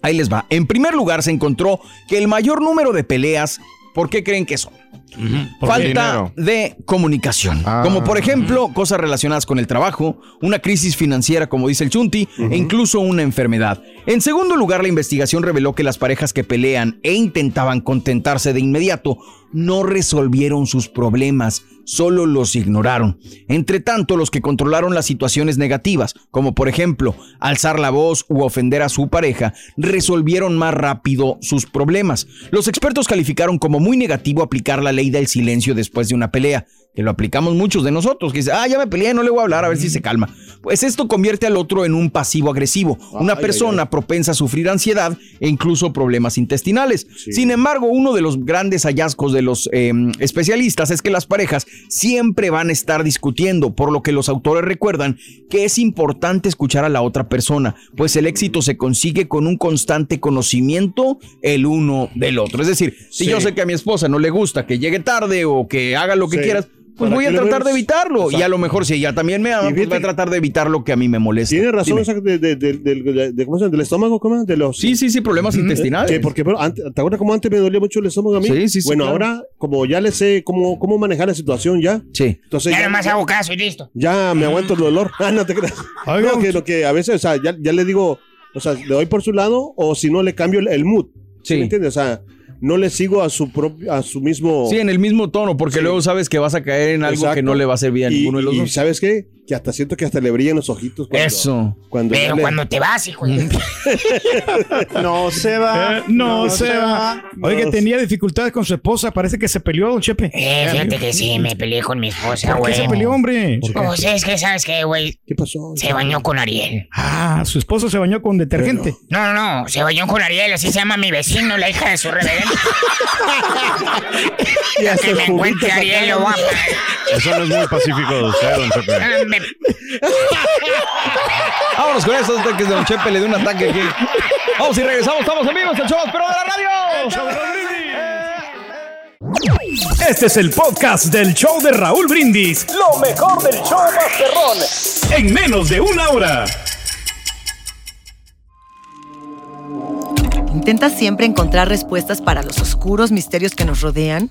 S1: Ahí les va. En primer lugar, se encontró que el mayor número de peleas, ¿por qué creen que son?
S3: ¿por qué?
S1: Falta
S3: Dinero.
S1: de comunicación.
S9: Ah.
S1: Como por ejemplo, cosas relacionadas con el trabajo, una crisis financiera, como dice el Chunti, e incluso una enfermedad. En segundo lugar, la investigación reveló que las parejas que pelean e intentaban contentarse de inmediato no resolvieron sus problemas, solo los ignoraron. Entre tanto, los que controlaron las situaciones negativas, como por ejemplo alzar la voz u ofender a su pareja, resolvieron más rápido sus problemas. Los expertos calificaron como muy negativo aplicar la ley del silencio después de una pelea, que lo aplicamos muchos de nosotros, que dice, ah, ya me peleé, no le voy a hablar, a ver si se calma. Pues esto convierte al otro en un pasivo agresivo, una
S4: ay,
S1: persona propensa a sufrir ansiedad e incluso problemas intestinales. Sin embargo, uno de los grandes hallazgos de los eh, especialistas es que las parejas siempre van a estar discutiendo, por lo que los autores recuerdan que es importante escuchar a la otra persona, pues el éxito se consigue con un constante conocimiento el uno del otro. Es decir, si
S4: Sí.
S1: yo sé que a mi esposa no le gusta que llegue tarde o que haga lo que
S4: Sí.
S1: quieras, pues
S4: ¿Para
S1: voy a
S4: qué lo
S1: tratar de
S4: ves?
S1: evitarlo. Y a
S4: Exacto.
S1: lo mejor si ella también me ama,
S4: Y
S1: pues
S4: fíjate
S1: va a tratar de evitar lo que a mí me molesta.
S4: Tiene razón,
S1: Dime.
S4: o sea, de- de- del- del- de- ¿cómo se llama? del estómago, ¿cómo? De los,
S1: sí, sí, sí, problemas intestinales.
S4: Que porque, pero, antes- ¿te acuerdas cómo antes me dolía mucho el estómago a mí?
S1: Sí, sí, sí,
S4: Bueno,
S1: claro.
S4: ahora, como ya le sé cómo, cómo manejar la situación Pues ya.
S1: Sí.
S4: Entonces,
S2: Ya nomás hago caso y listo.
S4: ya me aguanto el dolor. Ah, no te creas. No, que, lo que a veces, o sea, ya, ya le digo, o sea, le doy por su lado o si no le cambio el, el mood. ¿Sí? ¿Me entiendes? O sea, no le sigo a su propio, a su mismo.
S1: Sí, en el mismo tono, porque luego sabes que vas a caer en algo que
S4: Exacto.
S1: no le va a servir a
S4: Y-
S1: ninguno de los
S4: y
S1: dos.
S4: ¿sabes qué? Que hasta siento que hasta le brillan los ojitos. Cuando,
S1: Eso.
S4: Cuando ya
S2: Pero
S4: le-
S2: cuando te vas, hijo de...
S13: No se
S3: Eh, no, se, va. Oye, que
S13: No.
S3: tenía dificultades con su esposa. Parece que se peleó, don Chepe.
S2: Eh, fíjate que sí, me peleé con mi esposa,
S3: ¿Por
S2: güey.
S3: qué se peleó, hombre?
S2: Pues es que, ¿sabes qué, güey?
S4: ¿Qué pasó?
S2: Se bañó con Ariel.
S3: Ah, su esposo se bañó con detergente.
S2: No, no, no, se bañó con Ariel, así se llama mi vecino, la hija de su reverendo.
S13: Y
S2: que me encuentre Ariel, lo voy a
S14: Eso no es muy pacífico de usted, don Pepe.
S1: Vámonos con eso antes de que Don Chepe le dé un ataque aquí. Vamos y regresamos, estamos amigos, el show más perrón de la
S9: Este es el podcast del show de Raúl Brindis. Lo mejor del show Masterrón. En menos de una hora.
S15: ¿Intentas siempre encontrar respuestas para los oscuros misterios que nos rodean?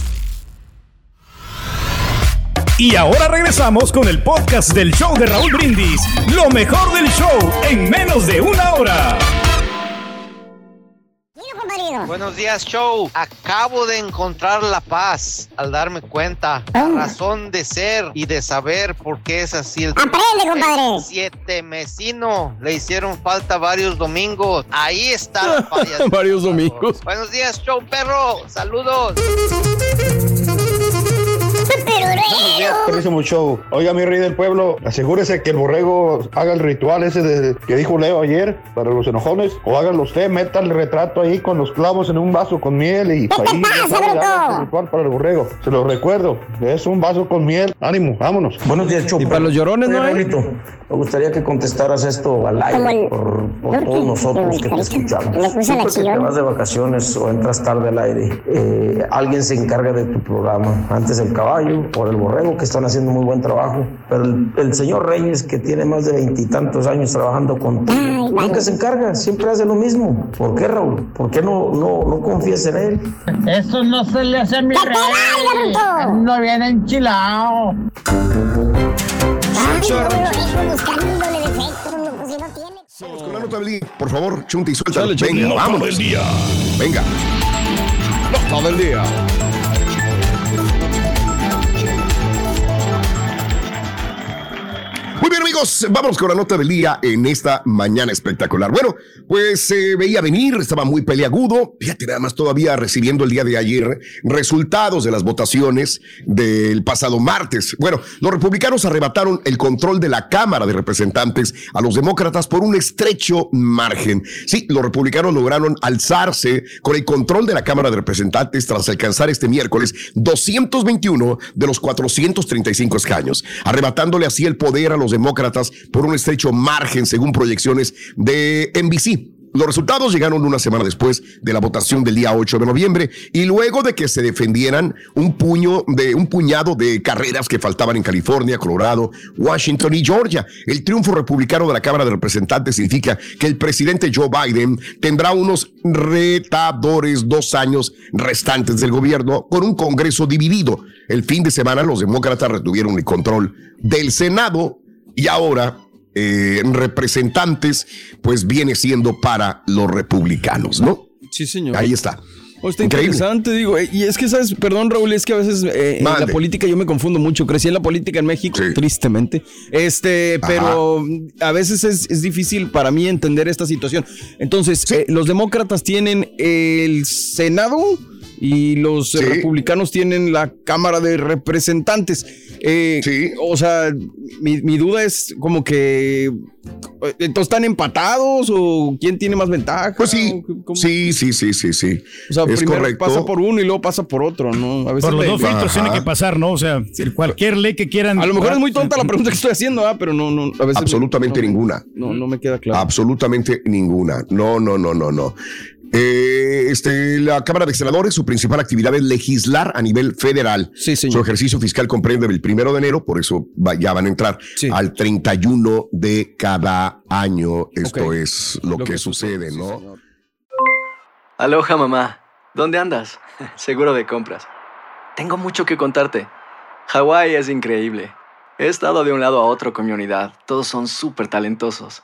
S9: Y ahora regresamos con el podcast del show de Raúl Brindis. Lo mejor del show en menos de una hora.
S11: Buenos días, show. Acabo de encontrar la paz al darme cuenta, la razón de ser y de saber por qué es así. El
S16: Aprende, compadre.
S11: El siete mesino. Le hicieron falta varios domingos. Ahí está la paz.
S1: Varios domingos.
S11: Buenos días, show perro. Saludos.
S16: Buenísimo show. Oiga, mi rey del pueblo, asegúrese que el borrego haga el ritual ese de- que dijo Leo ayer para los enojones. O hágalo usted, meta el retrato ahí con los clavos en un vaso con miel y
S4: te
S16: ahí ya
S4: pasa,
S16: sabe,
S4: loco?
S16: haga su ritual para el borrego. Se lo recuerdo. Es un vaso con miel. Ánimo, vámonos. Buenos días, Chopo. Y para los llorones, ¿no? me gustaría que contestaras esto al
S4: Como el-
S16: por
S4: ¿no?
S16: todos nosotros que te
S4: Carita,
S16: escuchamos.
S4: le puse la
S16: Siempre que te
S4: chillona.
S16: vas de vacaciones o entras tarde al aire, eh, alguien se encarga de tu programa. Antes el caballo, por el borrego, que están haciendo muy buen trabajo. Pero el, el señor Reyes, que tiene más de veintitantos años trabajando contigo, nunca se encarga, siempre hace lo mismo. ¿Por qué, Raúl? ¿Por qué no, no, no confías en él?
S2: Eso no se le hace a mi rey. No viene enchilado.
S17: Por favor, Chunti, suelta.
S10: Dale, Chunti.
S17: Venga,
S10: pues. Nota
S17: vámonos.
S10: del día.
S17: Venga.
S1: Todo el día.
S17: Muy bien, amigos, vámonos con la nota del día en esta mañana espectacular. Bueno, pues se veía venir, estaba muy peleagudo. Fíjate, nada más todavía recibiendo el día de ayer resultados de las votaciones del pasado martes. Bueno, los republicanos arrebataron el control de la Cámara de Representantes a los demócratas por un estrecho margen. Sí, los republicanos lograron alzarse con el control de la Cámara de Representantes tras alcanzar este miércoles 221 de los 435 escaños, arrebatándole así el poder a los demócratas por un estrecho margen, según proyecciones de NBC. Los resultados llegaron una semana después de la votación del día 8 de noviembre y luego de que se defendieran un puño de un puñado de carreras que faltaban en California, Colorado, Washington y Georgia. El triunfo republicano de la Cámara de Representantes significa que el presidente Joe Biden tendrá unos retadores dos años restantes del gobierno con un Congreso dividido. El fin de semana los demócratas retuvieron el control del Senado y ahora eh, representantes, pues viene siendo para los republicanos, ¿no?
S1: Sí, señor.
S17: Ahí está.
S1: O Oh, está
S17: Increíble.
S1: interesante, digo. eh, Y es que, ¿sabes? Perdón, Raúl, es que a veces eh, en la
S17: Mande.
S1: política yo me confundo mucho. Crecí en la política en México, tristemente. Este,
S17: Ajá.
S1: pero a veces es, es difícil para mí entender esta situación. Entonces, eh, los demócratas tienen el Senado y los eh, republicanos tienen la Cámara de Representantes. Eh, O sea, mi, mi duda es como que. eh, ¿Entonces están empatados o quién tiene más ventaja? Pues sí.
S17: Sí, sí, sí, sí, sí.
S1: O sea,
S17: es
S1: primero
S17: correcto.
S1: pasa por uno y luego pasa por otro, ¿no? A veces
S3: Por los
S1: le-
S3: dos filtros tiene que pasar, ¿no? O sea, cualquier ley que quieran.
S1: A lo mejor es muy tonta la pregunta que estoy haciendo, ah, pero no, no. A veces
S17: Absolutamente
S1: no-
S17: ninguna.
S1: No, no me queda claro.
S17: Absolutamente ninguna. No, no, no, no, no. Eh, este, la Cámara de Senadores, su principal actividad es legislar a nivel federal. Su ejercicio fiscal comprende del primero de enero, por eso va- ya van a entrar al 31 de cada año. Esto es lo, que, sucede, ¿no?
S18: Aloha mamá, ¿dónde andas? Seguro de compras. Tengo mucho que contarte. Hawái es increíble. He estado de un lado a otro con mi unidad. Todos son súper talentosos.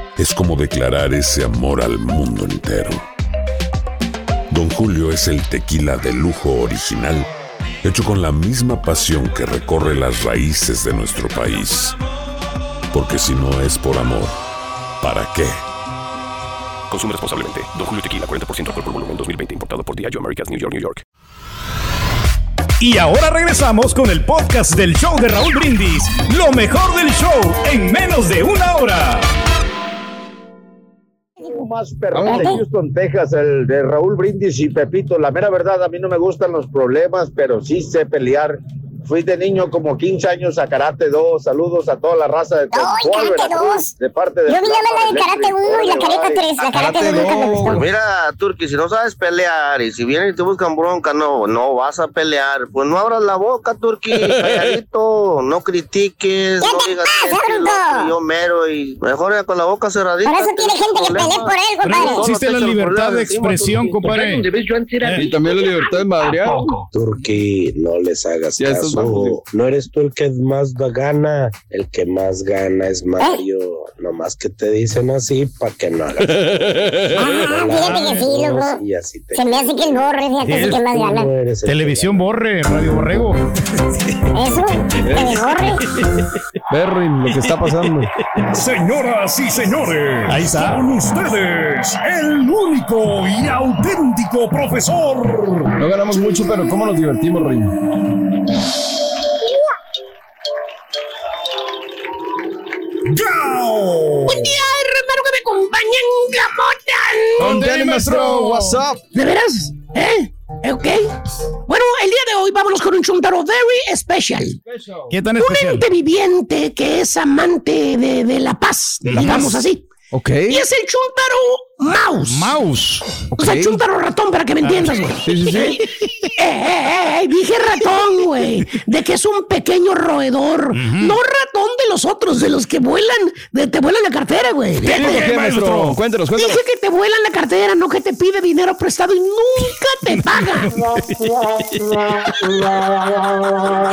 S19: es como declarar ese amor al mundo entero. Don Julio es el tequila de lujo original, hecho con la misma pasión que recorre las raíces de nuestro país. Porque si no es por amor, ¿para qué?
S20: Consume responsablemente. Don Julio Tequila, 40% alcohol por volumen, 2020. Importado por Diageo Americas, New York, New York.
S9: Y ahora regresamos con el podcast del show de Raúl Brindis. Lo mejor del show en menos de una hora.
S16: más perrón de Houston, Texas, el de Raúl Brindis y Pepito. La mera verdad, a mí no me gustan los problemas, pero sí sé pelear. Fui de niño como 15 años a Karate 2. Saludos a toda la raza de Texcoco, Veracruz, de parte
S21: Yo
S16: de
S21: vi nada más la de Karate 1 y la Karate 3. La Karate 2 nunca me Pues gustó.
S16: mira, Turki, si no sabes pelear y si vienen y te buscan bronca, no, no vas a pelear. Pues no abras la boca, Turki, calladito, no critiques, no digas esto y lo otro, yo mero y mejor con la boca cerradita.
S21: Por eso tiene gente que pelea por él,
S3: Pero
S21: compadre.
S3: existe la libertad de expresión,
S21: Porque hay
S3: compadre.
S21: donde ves, yo antes era
S3: Eh,
S21: bien.
S3: también la libertad de madrear.
S16: Turki, no les hagas
S3: Ya
S22: Pasos
S3: estás
S22: Bajos, digo.
S23: No eres tú el que más da gana, el que más gana es Mario. Nomás que te dicen así para que no hagas.
S21: Ah, fíjate que sí, loco.
S23: Y así te
S21: Se me hace que el borre, fíjate, es el que más gana.
S3: Televisión Borre, Radio Borrego.
S21: Eso, el borre.
S3: Berrin, lo que está pasando.
S9: Señoras y señores,
S3: Ahí está.
S9: con ustedes, el único y auténtico profesor.
S7: No ganamos mucho, pero ¿cómo nos divertimos, Rey?
S9: ¡Gao!
S8: Buen día, hermano, que me acompañen, la
S9: ¿Dónde,
S8: motan.
S9: Dale, maestro? What's up?
S8: ¿De veras? ¿Eh? ¿Eh, ¿Ok? Bueno, el día de hoy vámonos con un chuntaro very special.
S3: ¿Qué tan
S8: Un
S3: especial?
S8: ente viviente que es amante de, de la paz,
S3: ¿De la
S8: digamos
S3: paz?
S8: así.
S3: Ok.
S8: Y es el chuntaro mouse.
S3: Mouse.
S8: O sea,
S3: Ok.
S8: chuntaro ratón, para que me entiendas,
S3: Ah,
S8: güey.
S3: sí, sí, sí.
S8: Eh, eh, eh, dije ratón, güey. De que es un pequeño roedor. No ratón de los otros, de los que vuelan, de, te vuelan la cartera, güey.
S7: ¿Qué,
S8: Fíjate.
S7: qué, qué, maestro? Cuéntanos, cuéntanos.
S8: Dije que te vuelan la cartera, no que te pide dinero prestado y nunca te paga. No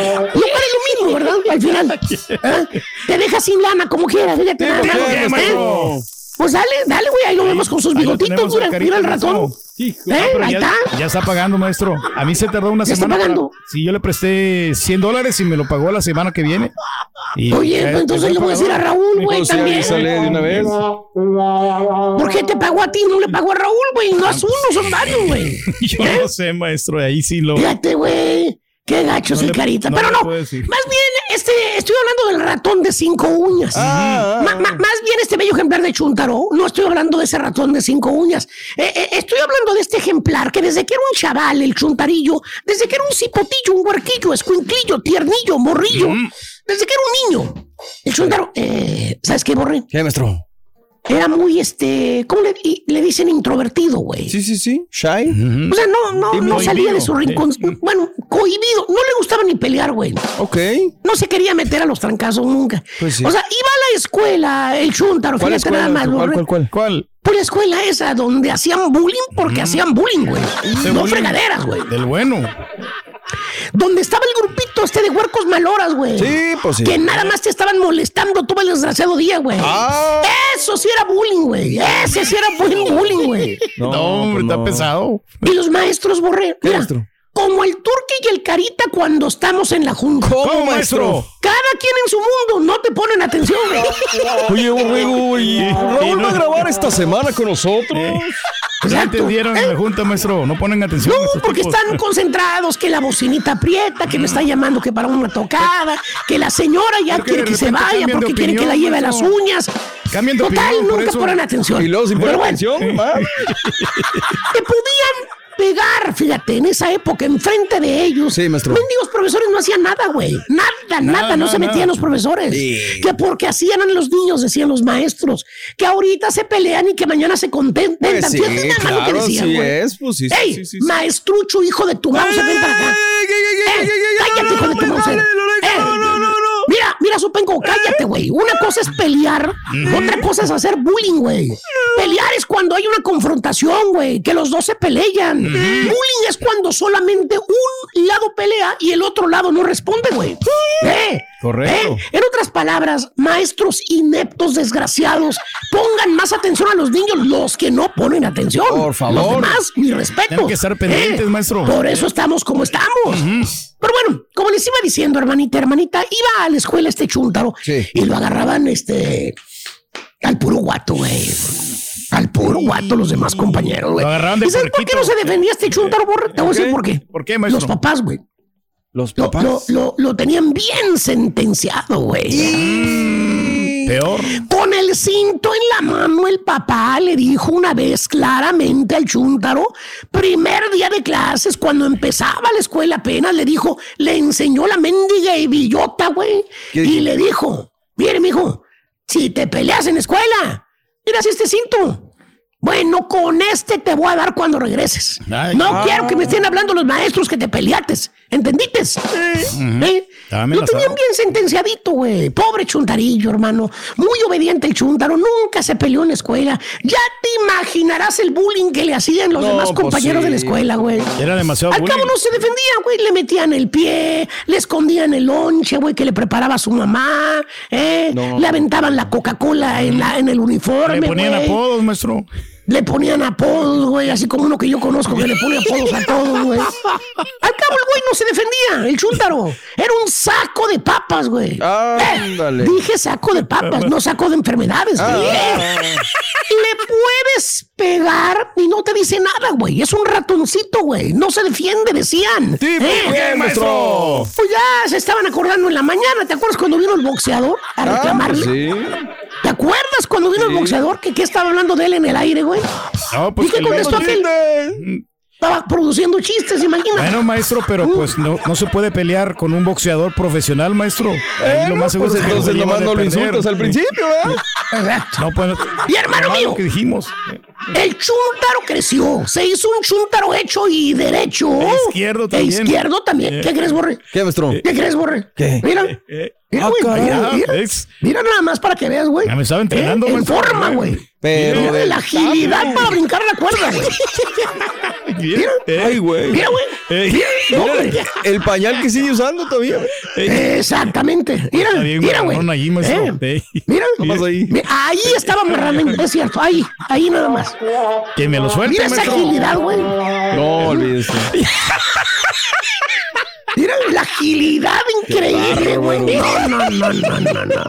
S8: eres lo mismo, ¿verdad? Al final. ¿eh? Te deja sin lana, como quieras. fíjate, nada más,
S9: qué,
S8: ¿eh?
S9: maestro?
S8: Pues dale, dale, güey. Ahí lo vemos con sus
S3: Ahí lo
S8: bigotitos.
S3: tenemos
S8: Mira,
S3: al
S8: mira
S3: Carita
S8: el
S3: Lozano.
S8: ratón.
S3: No,
S8: ¿Eh?
S3: pero
S8: Ahí
S3: ya,
S8: está.
S3: ya está pagando, maestro. A mí se tardó una
S8: Ya está
S3: semana. para-
S8: pagando.
S3: sí, yo le presté 100 dólares y me lo pagó la semana que viene. Y-
S8: Oye,
S3: eh,
S8: pues entonces
S3: ¿el
S8: le voy a decir a
S3: pagador?
S8: Raúl, güey,
S3: Entonces,
S8: también.
S3: avísale de una vez.
S8: ¿Por qué te pagó a ti? No le pagó a Raúl, güey. No es uno, son varios, güey.
S3: Yo no sé, maestro. Ahí sí lo.
S8: Fíjate, güey. Qué gacho es
S3: No
S8: el
S3: le-
S8: carita.
S3: no
S8: Pero
S3: le
S8: no,
S3: puedo
S8: más
S3: decir.
S8: bien, este, estoy hablando del ratón de cinco uñas.
S22: Ah,
S8: Ma- ma- más bien este bello ejemplar de Chuntaro. No estoy hablando de ese ratón de cinco uñas. Eh, eh, estoy hablando de este ejemplar que desde que era un chaval, el Chuntarillo, desde que era un cipotillo, un huerquillo, escuinclillo, tiernillo, morrillo,
S22: Mm.
S8: desde que era un niño, el Chuntaro, eh, ¿sabes qué, Borre?
S22: ¿Qué, maestro?
S8: Era muy, este, ¿cómo le, y- le dicen introvertido, güey?
S22: Sí, sí, sí. ¿Shy?
S8: O sea, no, no,
S22: Dime.
S8: no salía
S22: Cohibido.
S8: de su rincón. Pues, Bueno, cohibido. No le gustaba ni pelear, güey.
S22: Mm. Ok.
S8: No se quería meter a los trancazos nunca.
S22: Pues sí.
S8: O sea, iba a la escuela, el chuntaro,
S22: ¿Cuál
S8: fíjate
S22: escuela,
S8: nada más.
S22: maestro?
S8: güey.
S22: ¿Cuál, cuál, cuál? Mm.
S8: Por la escuela esa donde hacían bullying porque hacían bullying, güey. No fregaderas, güey.
S3: Del bueno.
S8: Donde estaba el grupito este de huercos maloras, güey.
S22: Sí, pues sí.
S8: Que nada más te estaban molestando todo el desgraciado día, güey.
S22: Ah.
S8: Eso sí era bullying, güey. Ese sí era buen bullying, güey.
S3: No, hombre, está pesado.
S8: Y los maestros, Borré. Mira, Como el turqui y el carita cuando estamos en la junta.
S3: ¿Cómo, maestro?
S8: Cada quien en su mundo, no te ponen atención. güey.
S7: Oye, güey, güey, Raúl va a grabar esta semana con
S3: Eh,
S7: nosotros.
S3: Ya entendieron
S8: Eh,
S3: en la junta, maestro. No ponen atención.
S8: No, porque están concentrados, que la bocinita aprieta, que me está llamando que para una tocada, que la señora ya
S3: Porque de
S8: quiere que se
S3: repente
S8: vaya
S3: cambian de
S8: porque quiere que la
S3: opinión,
S8: lleve a las
S3: maestro.
S8: uñas.
S3: Cambian de
S8: Total,
S3: opinión, por
S8: nunca
S3: eso.
S8: ponen atención.
S3: Y luego si ponen
S8: Pero bueno,
S3: atención,
S8: Te podían pegar, fíjate, en esa época, enfrente de ellos.
S7: Sí, maestro.
S8: Mendigos profesores no hacían nada, güey. Nada, nada,
S7: Nada,
S8: no se
S7: nada.
S8: metían los profesores.
S7: Sí.
S8: Que porque hacían los niños, decían los maestros. Que ahorita se pelean y que mañana se contentan.
S7: Pues sí,
S8: Fíjate nada más lo que
S7: claro,
S8: decían,
S7: sí
S8: güey.
S7: es, pues sí, sí,
S8: Ey,
S7: sí, sí, sí.
S8: maestrucho, hijo de tu mouse, ven para acá. Ey, Cállate, hijo de tu mouse. Ey, Mira, mira, Supenco, cállate, güey. Una cosa es pelear, otra cosa es hacer bullying, güey. Pelear es cuando hay una confrontación, güey, que los dos se pelean. Bullying es cuando solamente un lado pelea y el otro lado no responde, güey. Eh,
S7: Correcto.
S8: eh, En otras palabras, maestros ineptos, desgraciados, pongan más atención a los niños, los que no ponen atención. Por Los
S3: favor.
S8: demás, mi respeto.
S3: Tienen que estar pendientes, maestro.
S8: Eh, Por eso estamos como estamos. Pero bueno, como les iba diciendo, hermanita, hermanita, iba a la escuela este chuntaro y lo agarraban este al puro guato, güey. Al puro guato los demás compañeros, güey.
S3: Lo agarraban de
S8: ¿Y sabes por qué no se defendía este chuntaro, borre? Te voy a decir por qué.
S3: ¿Por qué, maestro?
S8: Los papás, güey.
S7: Los
S8: Lo, lo, lo- lo tenían bien sentenciado, güey.
S3: Peor.
S8: Con el cinto en la mano, el papá le dijo una vez claramente al chúntaro, primer día de clases, cuando empezaba la escuela apenas, le dijo, le enseñó la mendiga y billota, güey, y le dijo, mire, mijo, si te peleas en la escuela, mira si este cinto, Bueno, con este te voy a dar cuando regreses.
S3: Ay,
S8: no
S3: ah.
S8: quiero que me estén hablando los maestros que te peleates. ¿Entendiste? ¿Eh?
S3: Ya me
S8: Lo
S3: la
S8: tenían
S3: sabo.
S8: bien sentenciadito, güey. Pobre chuntarillo, hermano. Muy obediente el chuntaro. Nunca se peleó en la escuela. Ya te imaginarás el bullying que le hacían los
S3: No,
S8: demás
S3: pues
S8: compañeros
S3: sí.
S8: de la escuela, güey.
S3: Era demasiado
S8: Al cabo
S3: bullying.
S8: no se defendía, güey. Le metían el pie, le escondían el lonche, güey, que le preparaba su mamá. ¿eh?
S3: No.
S8: Le aventaban la Coca-Cola en, la- en el uniforme,
S3: Le ponían
S8: güey.
S3: apodos, maestro.
S8: Le ponían apodos, güey, así como uno que yo conozco que le pone apodos a todos, güey. Al cabo el güey no se defendía, el chúntaro. Era un saco de papas, güey. Eh,
S22: Ándale.
S8: Dije saco de papas, no saco de enfermedades, güey. Le puedes pegar y no te dice nada, güey. Es un ratoncito, güey. No se defiende, decían. Sí,
S7: muy bien, maestro.
S8: Pues ya se estaban acordando en la mañana. ¿Te acuerdas cuando vino el boxeador a reclamarle? ¿Te acuerdas cuando vino el boxeador que, que estaba hablando de él en el aire, güey?
S3: No, pues
S8: ¿Y qué
S3: que le-
S8: contestó aquel? Estaba produciendo chistes, imagínate.
S3: Bueno, maestro, pero pues no, no se puede pelear con un boxeador profesional, maestro. Ahí
S22: Bueno, pues,
S3: que
S22: entonces
S3: lo
S22: nomás no
S3: llevan de
S22: lo
S3: perder.
S22: insultas al principio, ¿verdad?
S3: Exacto. No, pues,
S8: Y hermano
S3: nomás
S8: mío.
S3: lo que dijimos.
S8: El chuntaro creció, se hizo un chuntaro hecho y derecho.
S3: E izquierdo
S8: E
S3: también.
S8: izquierdo también. ¿Qué crees, Borre?
S22: ¿Qué, maestro?
S8: ¿Qué crees, Borre?
S22: ¿Qué?
S8: Mira.
S3: Eh,
S8: Mira, güey, mira, mira.
S3: ¿ves?
S8: Mira nada más para que veas, güey.
S3: Ya me estaba entrenando,
S8: Eh, En
S3: maestro.
S8: forma, güey.
S22: Pero
S8: Mira
S22: del
S8: la agilidad
S22: tablo.
S8: para brincar la cuerda, güey.
S3: Mira. eh.
S22: Ay, güey.
S8: Mira, güey.
S3: Ey.
S8: Mira,
S22: No,
S8: hombre.
S22: hombre, el pañal que sigue usando todavía.
S8: Exactamente. Mira,
S3: Está bien,
S8: mira, güey.
S3: marrón allí, maestro.
S8: Eh,
S3: Ey,
S8: Mira,
S22: Nomás ahí.
S8: Mi- ahí estaba marrano, es cierto, ahí, ahí nada más.
S3: Que me lo suelte,
S8: Mira esa
S3: maestro.
S8: agilidad, güey.
S22: No, olvídese.
S8: Mira la agilidad increíble, güey. No, no, no, no, no, no.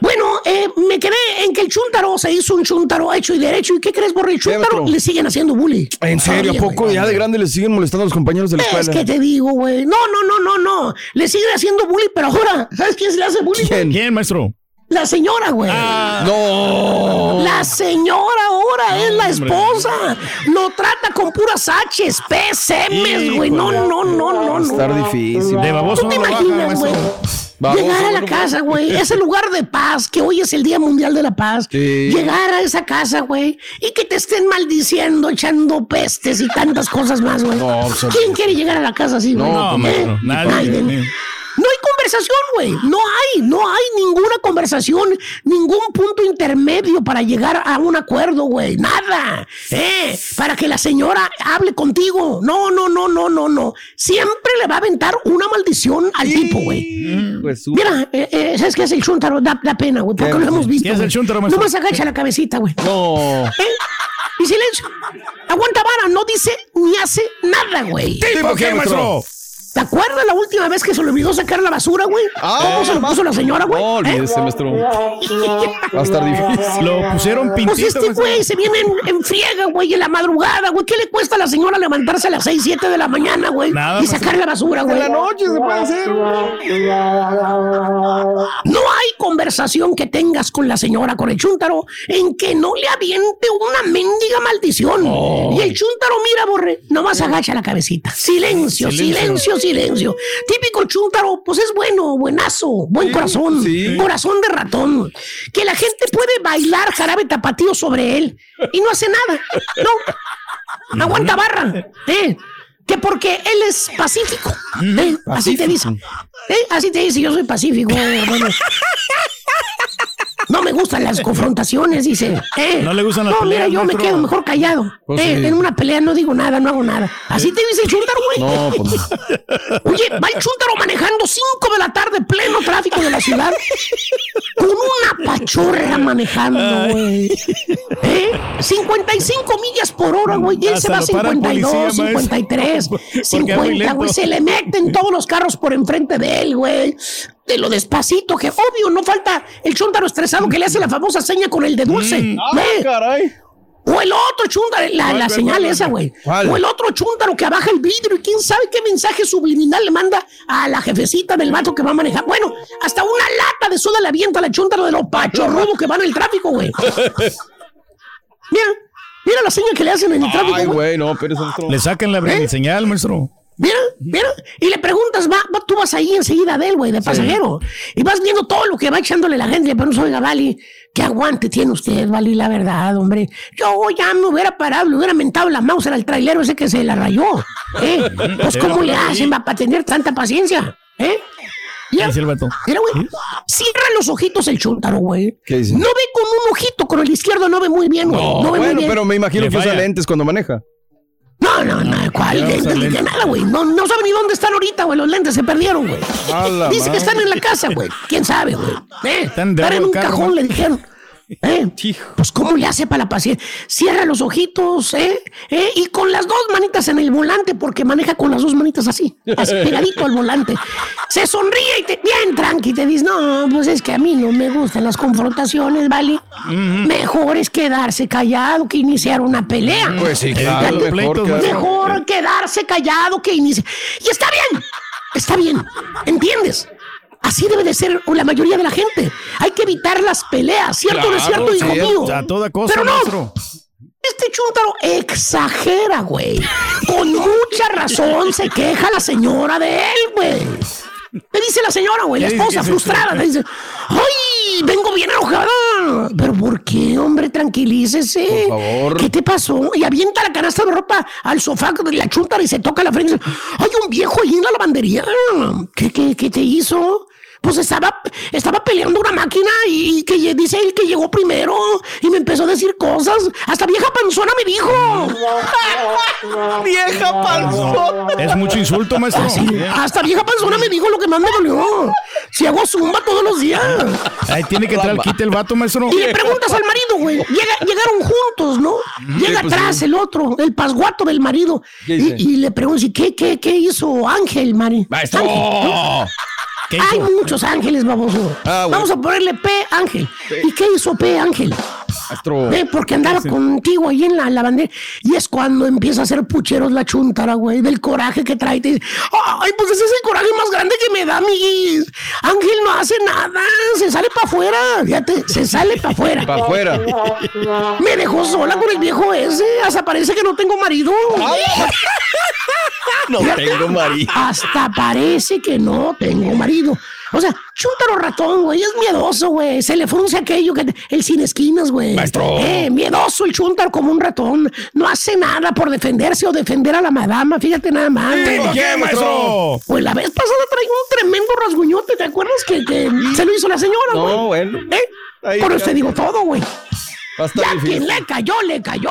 S8: Bueno, eh, me quedé en que el chuntaro se hizo un chuntaro hecho y derecho. ¿Y qué crees, Borre? El chuntaro
S22: maestro.
S8: le siguen haciendo bullying.
S22: ¿En serio? ¿A
S8: Todavía,
S22: poco
S8: güey.
S22: ya de grande le siguen molestando a los compañeros de la
S8: Es
S22: escuela?
S8: que te digo, güey. No, no, no, no, no. Le siguen haciendo bullying, pero ahora, ¿sabes quién se le hace bullying?
S22: ¿Quién?
S3: ¿Quién, maestro? Ah.
S8: La señora, güey.
S22: No.
S8: La señora ahora es la esposa. Lo trata con puras H's, PCMs, güey. No, no, no, no, no.
S22: Estar difícil.
S3: De
S8: ¿Tú
S3: baboso no
S8: te
S3: lo baja,
S8: imaginas, güey?
S3: maestro.
S22: Baboso,
S8: Llegar a la
S22: bueno, pues.
S8: casa, güey, ese lugar de paz, que hoy es el Día Mundial de la Paz.
S22: Sí.
S8: Llegar a esa casa, güey, y que te estén maldiciendo, echando pestes y tantas cosas más, güey.
S22: No, pues,
S8: ¿Quién quiere llegar a la casa así, güey?
S3: No, maestro, nadie.
S8: Ay, de- no hay conversación, güey. No hay, no hay ninguna conversación, ningún punto intermedio para llegar a un acuerdo, güey. Nada. Eh, para que la señora hable contigo. No, no, no, no, no, no. Siempre le va a aventar una maldición al tipo, güey.
S22: Pues, su-
S8: Mira, eh, eh, ¿sabes qué es el chuntaro? Da, da pena, güey, porque
S22: ¿Qué?
S8: lo hemos visto.
S3: ¿Qué es el
S8: güey.
S3: chuntaro, maestro?
S8: Nomás agacha la cabecita, güey.
S22: No.
S8: ¿Eh? Y silencio. Aguanta vara, no dice ni hace nada, güey.
S3: ¿Tipo qué, maestro?
S8: ¿Te acuerdas la última vez que se le olvidó sacar la basura, güey?
S22: Ah.
S8: ¿Cómo se lo puso la señora, güey?
S22: No,
S8: ¿Eh?
S22: olvídese, maestro. Va a estar difícil.
S3: Lo pusieron
S8: Pues
S3: pintito,
S8: este
S3: maestro.
S8: güey se viene en, en friega, güey, en la madrugada, güey. ¿Qué le cuesta a la señora levantarse a las 6, 7 de la mañana, güey?
S3: Nada,
S8: Y
S3: maestro.
S8: sacar la basura, güey.
S22: En la noche se puede hacer.
S8: No hay conversación que tengas con la señora, con el chúntaro, en que no le aviente una mendiga maldición. Y el chúntaro, mira, borre, nomás agacha la cabecita. Silencio, silencio, silencio. Típico chúntaro, pues es bueno, buenazo, buen corazón,
S22: sí.
S8: corazón de ratón. Que la gente puede bailar jarabe tapatío sobre él y no hace nada. No, aguanta barra, ¿eh? Que porque él es pacífico. ¿eh? Así te dice. ¿Eh? Así te dice, yo soy pacífico, hermano. No me gustan las confrontaciones, dice. ¿eh?
S3: No le gustan las
S8: No, mira,
S3: peleas,
S8: yo me
S3: maestro.
S8: quedo mejor callado.
S22: Pues
S8: ¿eh?
S22: sí.
S8: En una pelea no digo nada, no hago nada. Así te dice el chúntaro, güey.
S22: No, pues.
S8: Oye, va el chúntaro manejando 5 de la tarde, pleno tráfico de la ciudad, con una pachorra manejando, güey. ¿Eh? 55 millas por hora, güey. Y él
S3: Hasta
S8: se va a
S3: lo para el
S8: 52,
S3: policía, maestro.
S8: 53,
S3: Porque es muy
S8: 50, güey.
S3: lento.
S8: Se le meten todos los carros por enfrente de él, güey. De lo despacito, que obvio, no falta el chúntaro estresado que le hace la famosa seña con el de dulce. ¿eh?
S22: Mm. Ah, caray.
S8: O el otro chúndaro, la, la señal esa, güey.
S22: ¿Cuál?
S8: O el otro chúndaro que abaja el vidrio y quién sabe qué mensaje subliminal le manda a la jefecita del vato que va a manejar. Bueno, hasta una lata de soda le avienta a la chúndaro de los pachorrudos que van en el tráfico, güey. Mira, mira la señal que le hacen en el tráfico,
S22: Ay,
S8: güey.
S22: güey, no, pero es otro.
S8: ¿Eh?
S3: Le sacan la señal, maestro.
S8: Mira, mira. Y le preguntas, va, va- tú vas ahí enseguida de él, güey, de pasajero. Y vas viendo todo lo que va echándole la gente. Pero no oiga, Vali, qué aguante tiene usted, Vali, la verdad, hombre. Yo ya me hubiera parado, le hubiera mentado la mouse al trailero ese que se la rayó. ¿eh? Pues, ¿cómo le hacen va, para tener tanta paciencia? ¿Eh? Mira, mira, güey, cierra los ojitos el chuntaro, güey.
S1: ¿Qué dice?
S8: No ve con un ojito, con el izquierdo no ve muy bien, güey. No, ve muy
S1: bueno,
S8: bien.
S1: pero me imagino que usa lentes cuando maneja.
S8: No, no, no, ¿cuál?
S1: Ya
S8: De,
S1: usa
S8: de- de
S1: lentes.
S8: nada, güey. No, no sabe ni dónde están ahorita, güey. Los lentes se perdieron, güey.
S1: A la
S8: Dice que
S1: madre.
S8: están en la casa, güey. ¿Quién sabe, güey? Eh,
S1: Están de
S8: están en
S1: agua
S8: un
S1: el carro,
S8: cajón,
S1: ¿no?
S8: le dijeron. Eh, pues cómo le hace para la paciencia. Cierra los ojitos, ¿eh? ¿eh? Y con las dos manitas en el volante, porque maneja con las dos manitas así, así pegadito al volante. Se sonríe y te, bien tranqui, te dice, no, pues es que a mí no me gustan las confrontaciones, ¿vale? Mejor es quedarse callado que iniciar una
S3: Mm.
S8: pelea.
S1: Pues sí,
S8: Evitar
S1: claro,
S8: los
S1: mejor
S8: pleitos,
S1: quedarse-
S8: mejor quedarse callado que iniciar. Y está bien, está bien, ¿entiendes? Así debe de ser la mayoría de la gente. Hay que evitar las peleas, ¿cierto o no es
S3: Claro,
S8: cierto, hijo
S3: sí,
S8: mío?
S3: a toda cosa,
S8: Pero no,
S3: maestro.
S8: este chuntaro exagera, güey. Con mucha razón se queja la señora de él, güey. Le dice la señora, güey, la
S11: ¿Qué dice?
S8: esposa
S11: ¿Qué dice?
S8: frustrada. Le dice, ¡ay! Vengo bien enojada. Pero ¿por qué, hombre? Tranquilícese.
S11: Por favor.
S8: ¿Qué te pasó? Y avienta la canasta de ropa al sofá de la chuntara y se toca la frente. Hay un viejo ahí en la lavandería. ¿Qué, qué, qué te hizo? Pues estaba, estaba peleando una máquina y, y que lle- dice él que llegó primero y me empezó a decir cosas. Hasta vieja panzona me dijo. vieja panzona.
S3: Es mucho insulto, maestro.
S8: Así, hasta vieja panzona me dijo lo que más me dolió. Si hago zumba todos los días.
S3: Ahí tiene que entrar el kit el vato, maestro.
S8: Y le preguntas al marido, güey. Llega- llegaron juntos, ¿no?
S3: Sí,
S8: Llega
S3: pues,
S8: atrás
S3: sí.
S8: el otro, el pasguato del marido.
S3: ¿Qué
S8: Y,
S3: dice?
S8: y le preguntas, ¿y qué, qué, qué hizo Ángel, Mari?
S1: Maestro.
S8: Ángel, ¿no?
S1: ¿Qué
S8: Hay
S1: hizo?
S8: muchos ángeles, baboso.
S1: Ah, bueno.
S8: Vamos a ponerle P, Ángel. ¿Y qué hizo P, Ángel?
S1: Maestro.
S8: Eh, porque andaba contigo ahí en la lavandería. Y es cuando empieza a hacer pucheros la chuntara, güey, del coraje que trae. Te dice, ay, pues ese es el coraje más grande que me da, amiguis. Ángel no hace nada, se sale para afuera. Fíjate, se sale para afuera.
S1: Pa' afuera.
S8: Me dejó sola con el viejo ese. Hasta parece que no tengo marido.
S1: No tengo marido.
S8: Hasta parece que no tengo marido. O sea, chúntaro ratón, güey. Es miedoso, güey. Se le frunce aquello que. El sin esquinas, güey.
S11: Maestro.
S8: Eh, miedoso el chúntaro como un ratón. No hace nada por defenderse o defender a la madama. Fíjate nada más.
S11: Sí,
S8: güey.
S11: ¿por qué, maestro?
S8: Pues la vez pasada traigo un tremendo rasguñote. ¿Te acuerdas que, que se lo hizo la señora,
S1: No,
S8: güey?
S1: bueno.
S8: ¿Eh?
S1: Ahí
S8: Por
S1: ya.
S8: eso te digo todo, güey.
S1: Va a estar
S8: Ya
S1: difícil.
S8: quien le cayó, le cayó.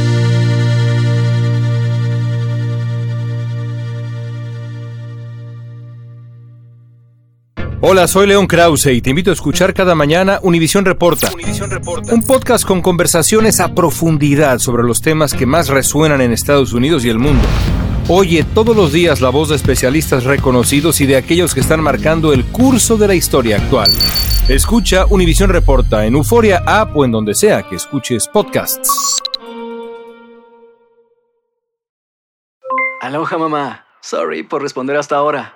S24: Hola, soy León Krause y te invito a escuchar cada mañana Univisión Reporta. Un podcast con conversaciones a profundidad sobre los temas que más resuenan en Estados Unidos y el mundo. Oye todos los días la voz de especialistas reconocidos y de aquellos que están marcando el curso de la historia actual. Escucha Univisión Reporta en Euforia App o en donde sea que escuches podcasts.
S18: Aloha mamá. Sorry por responder hasta ahora.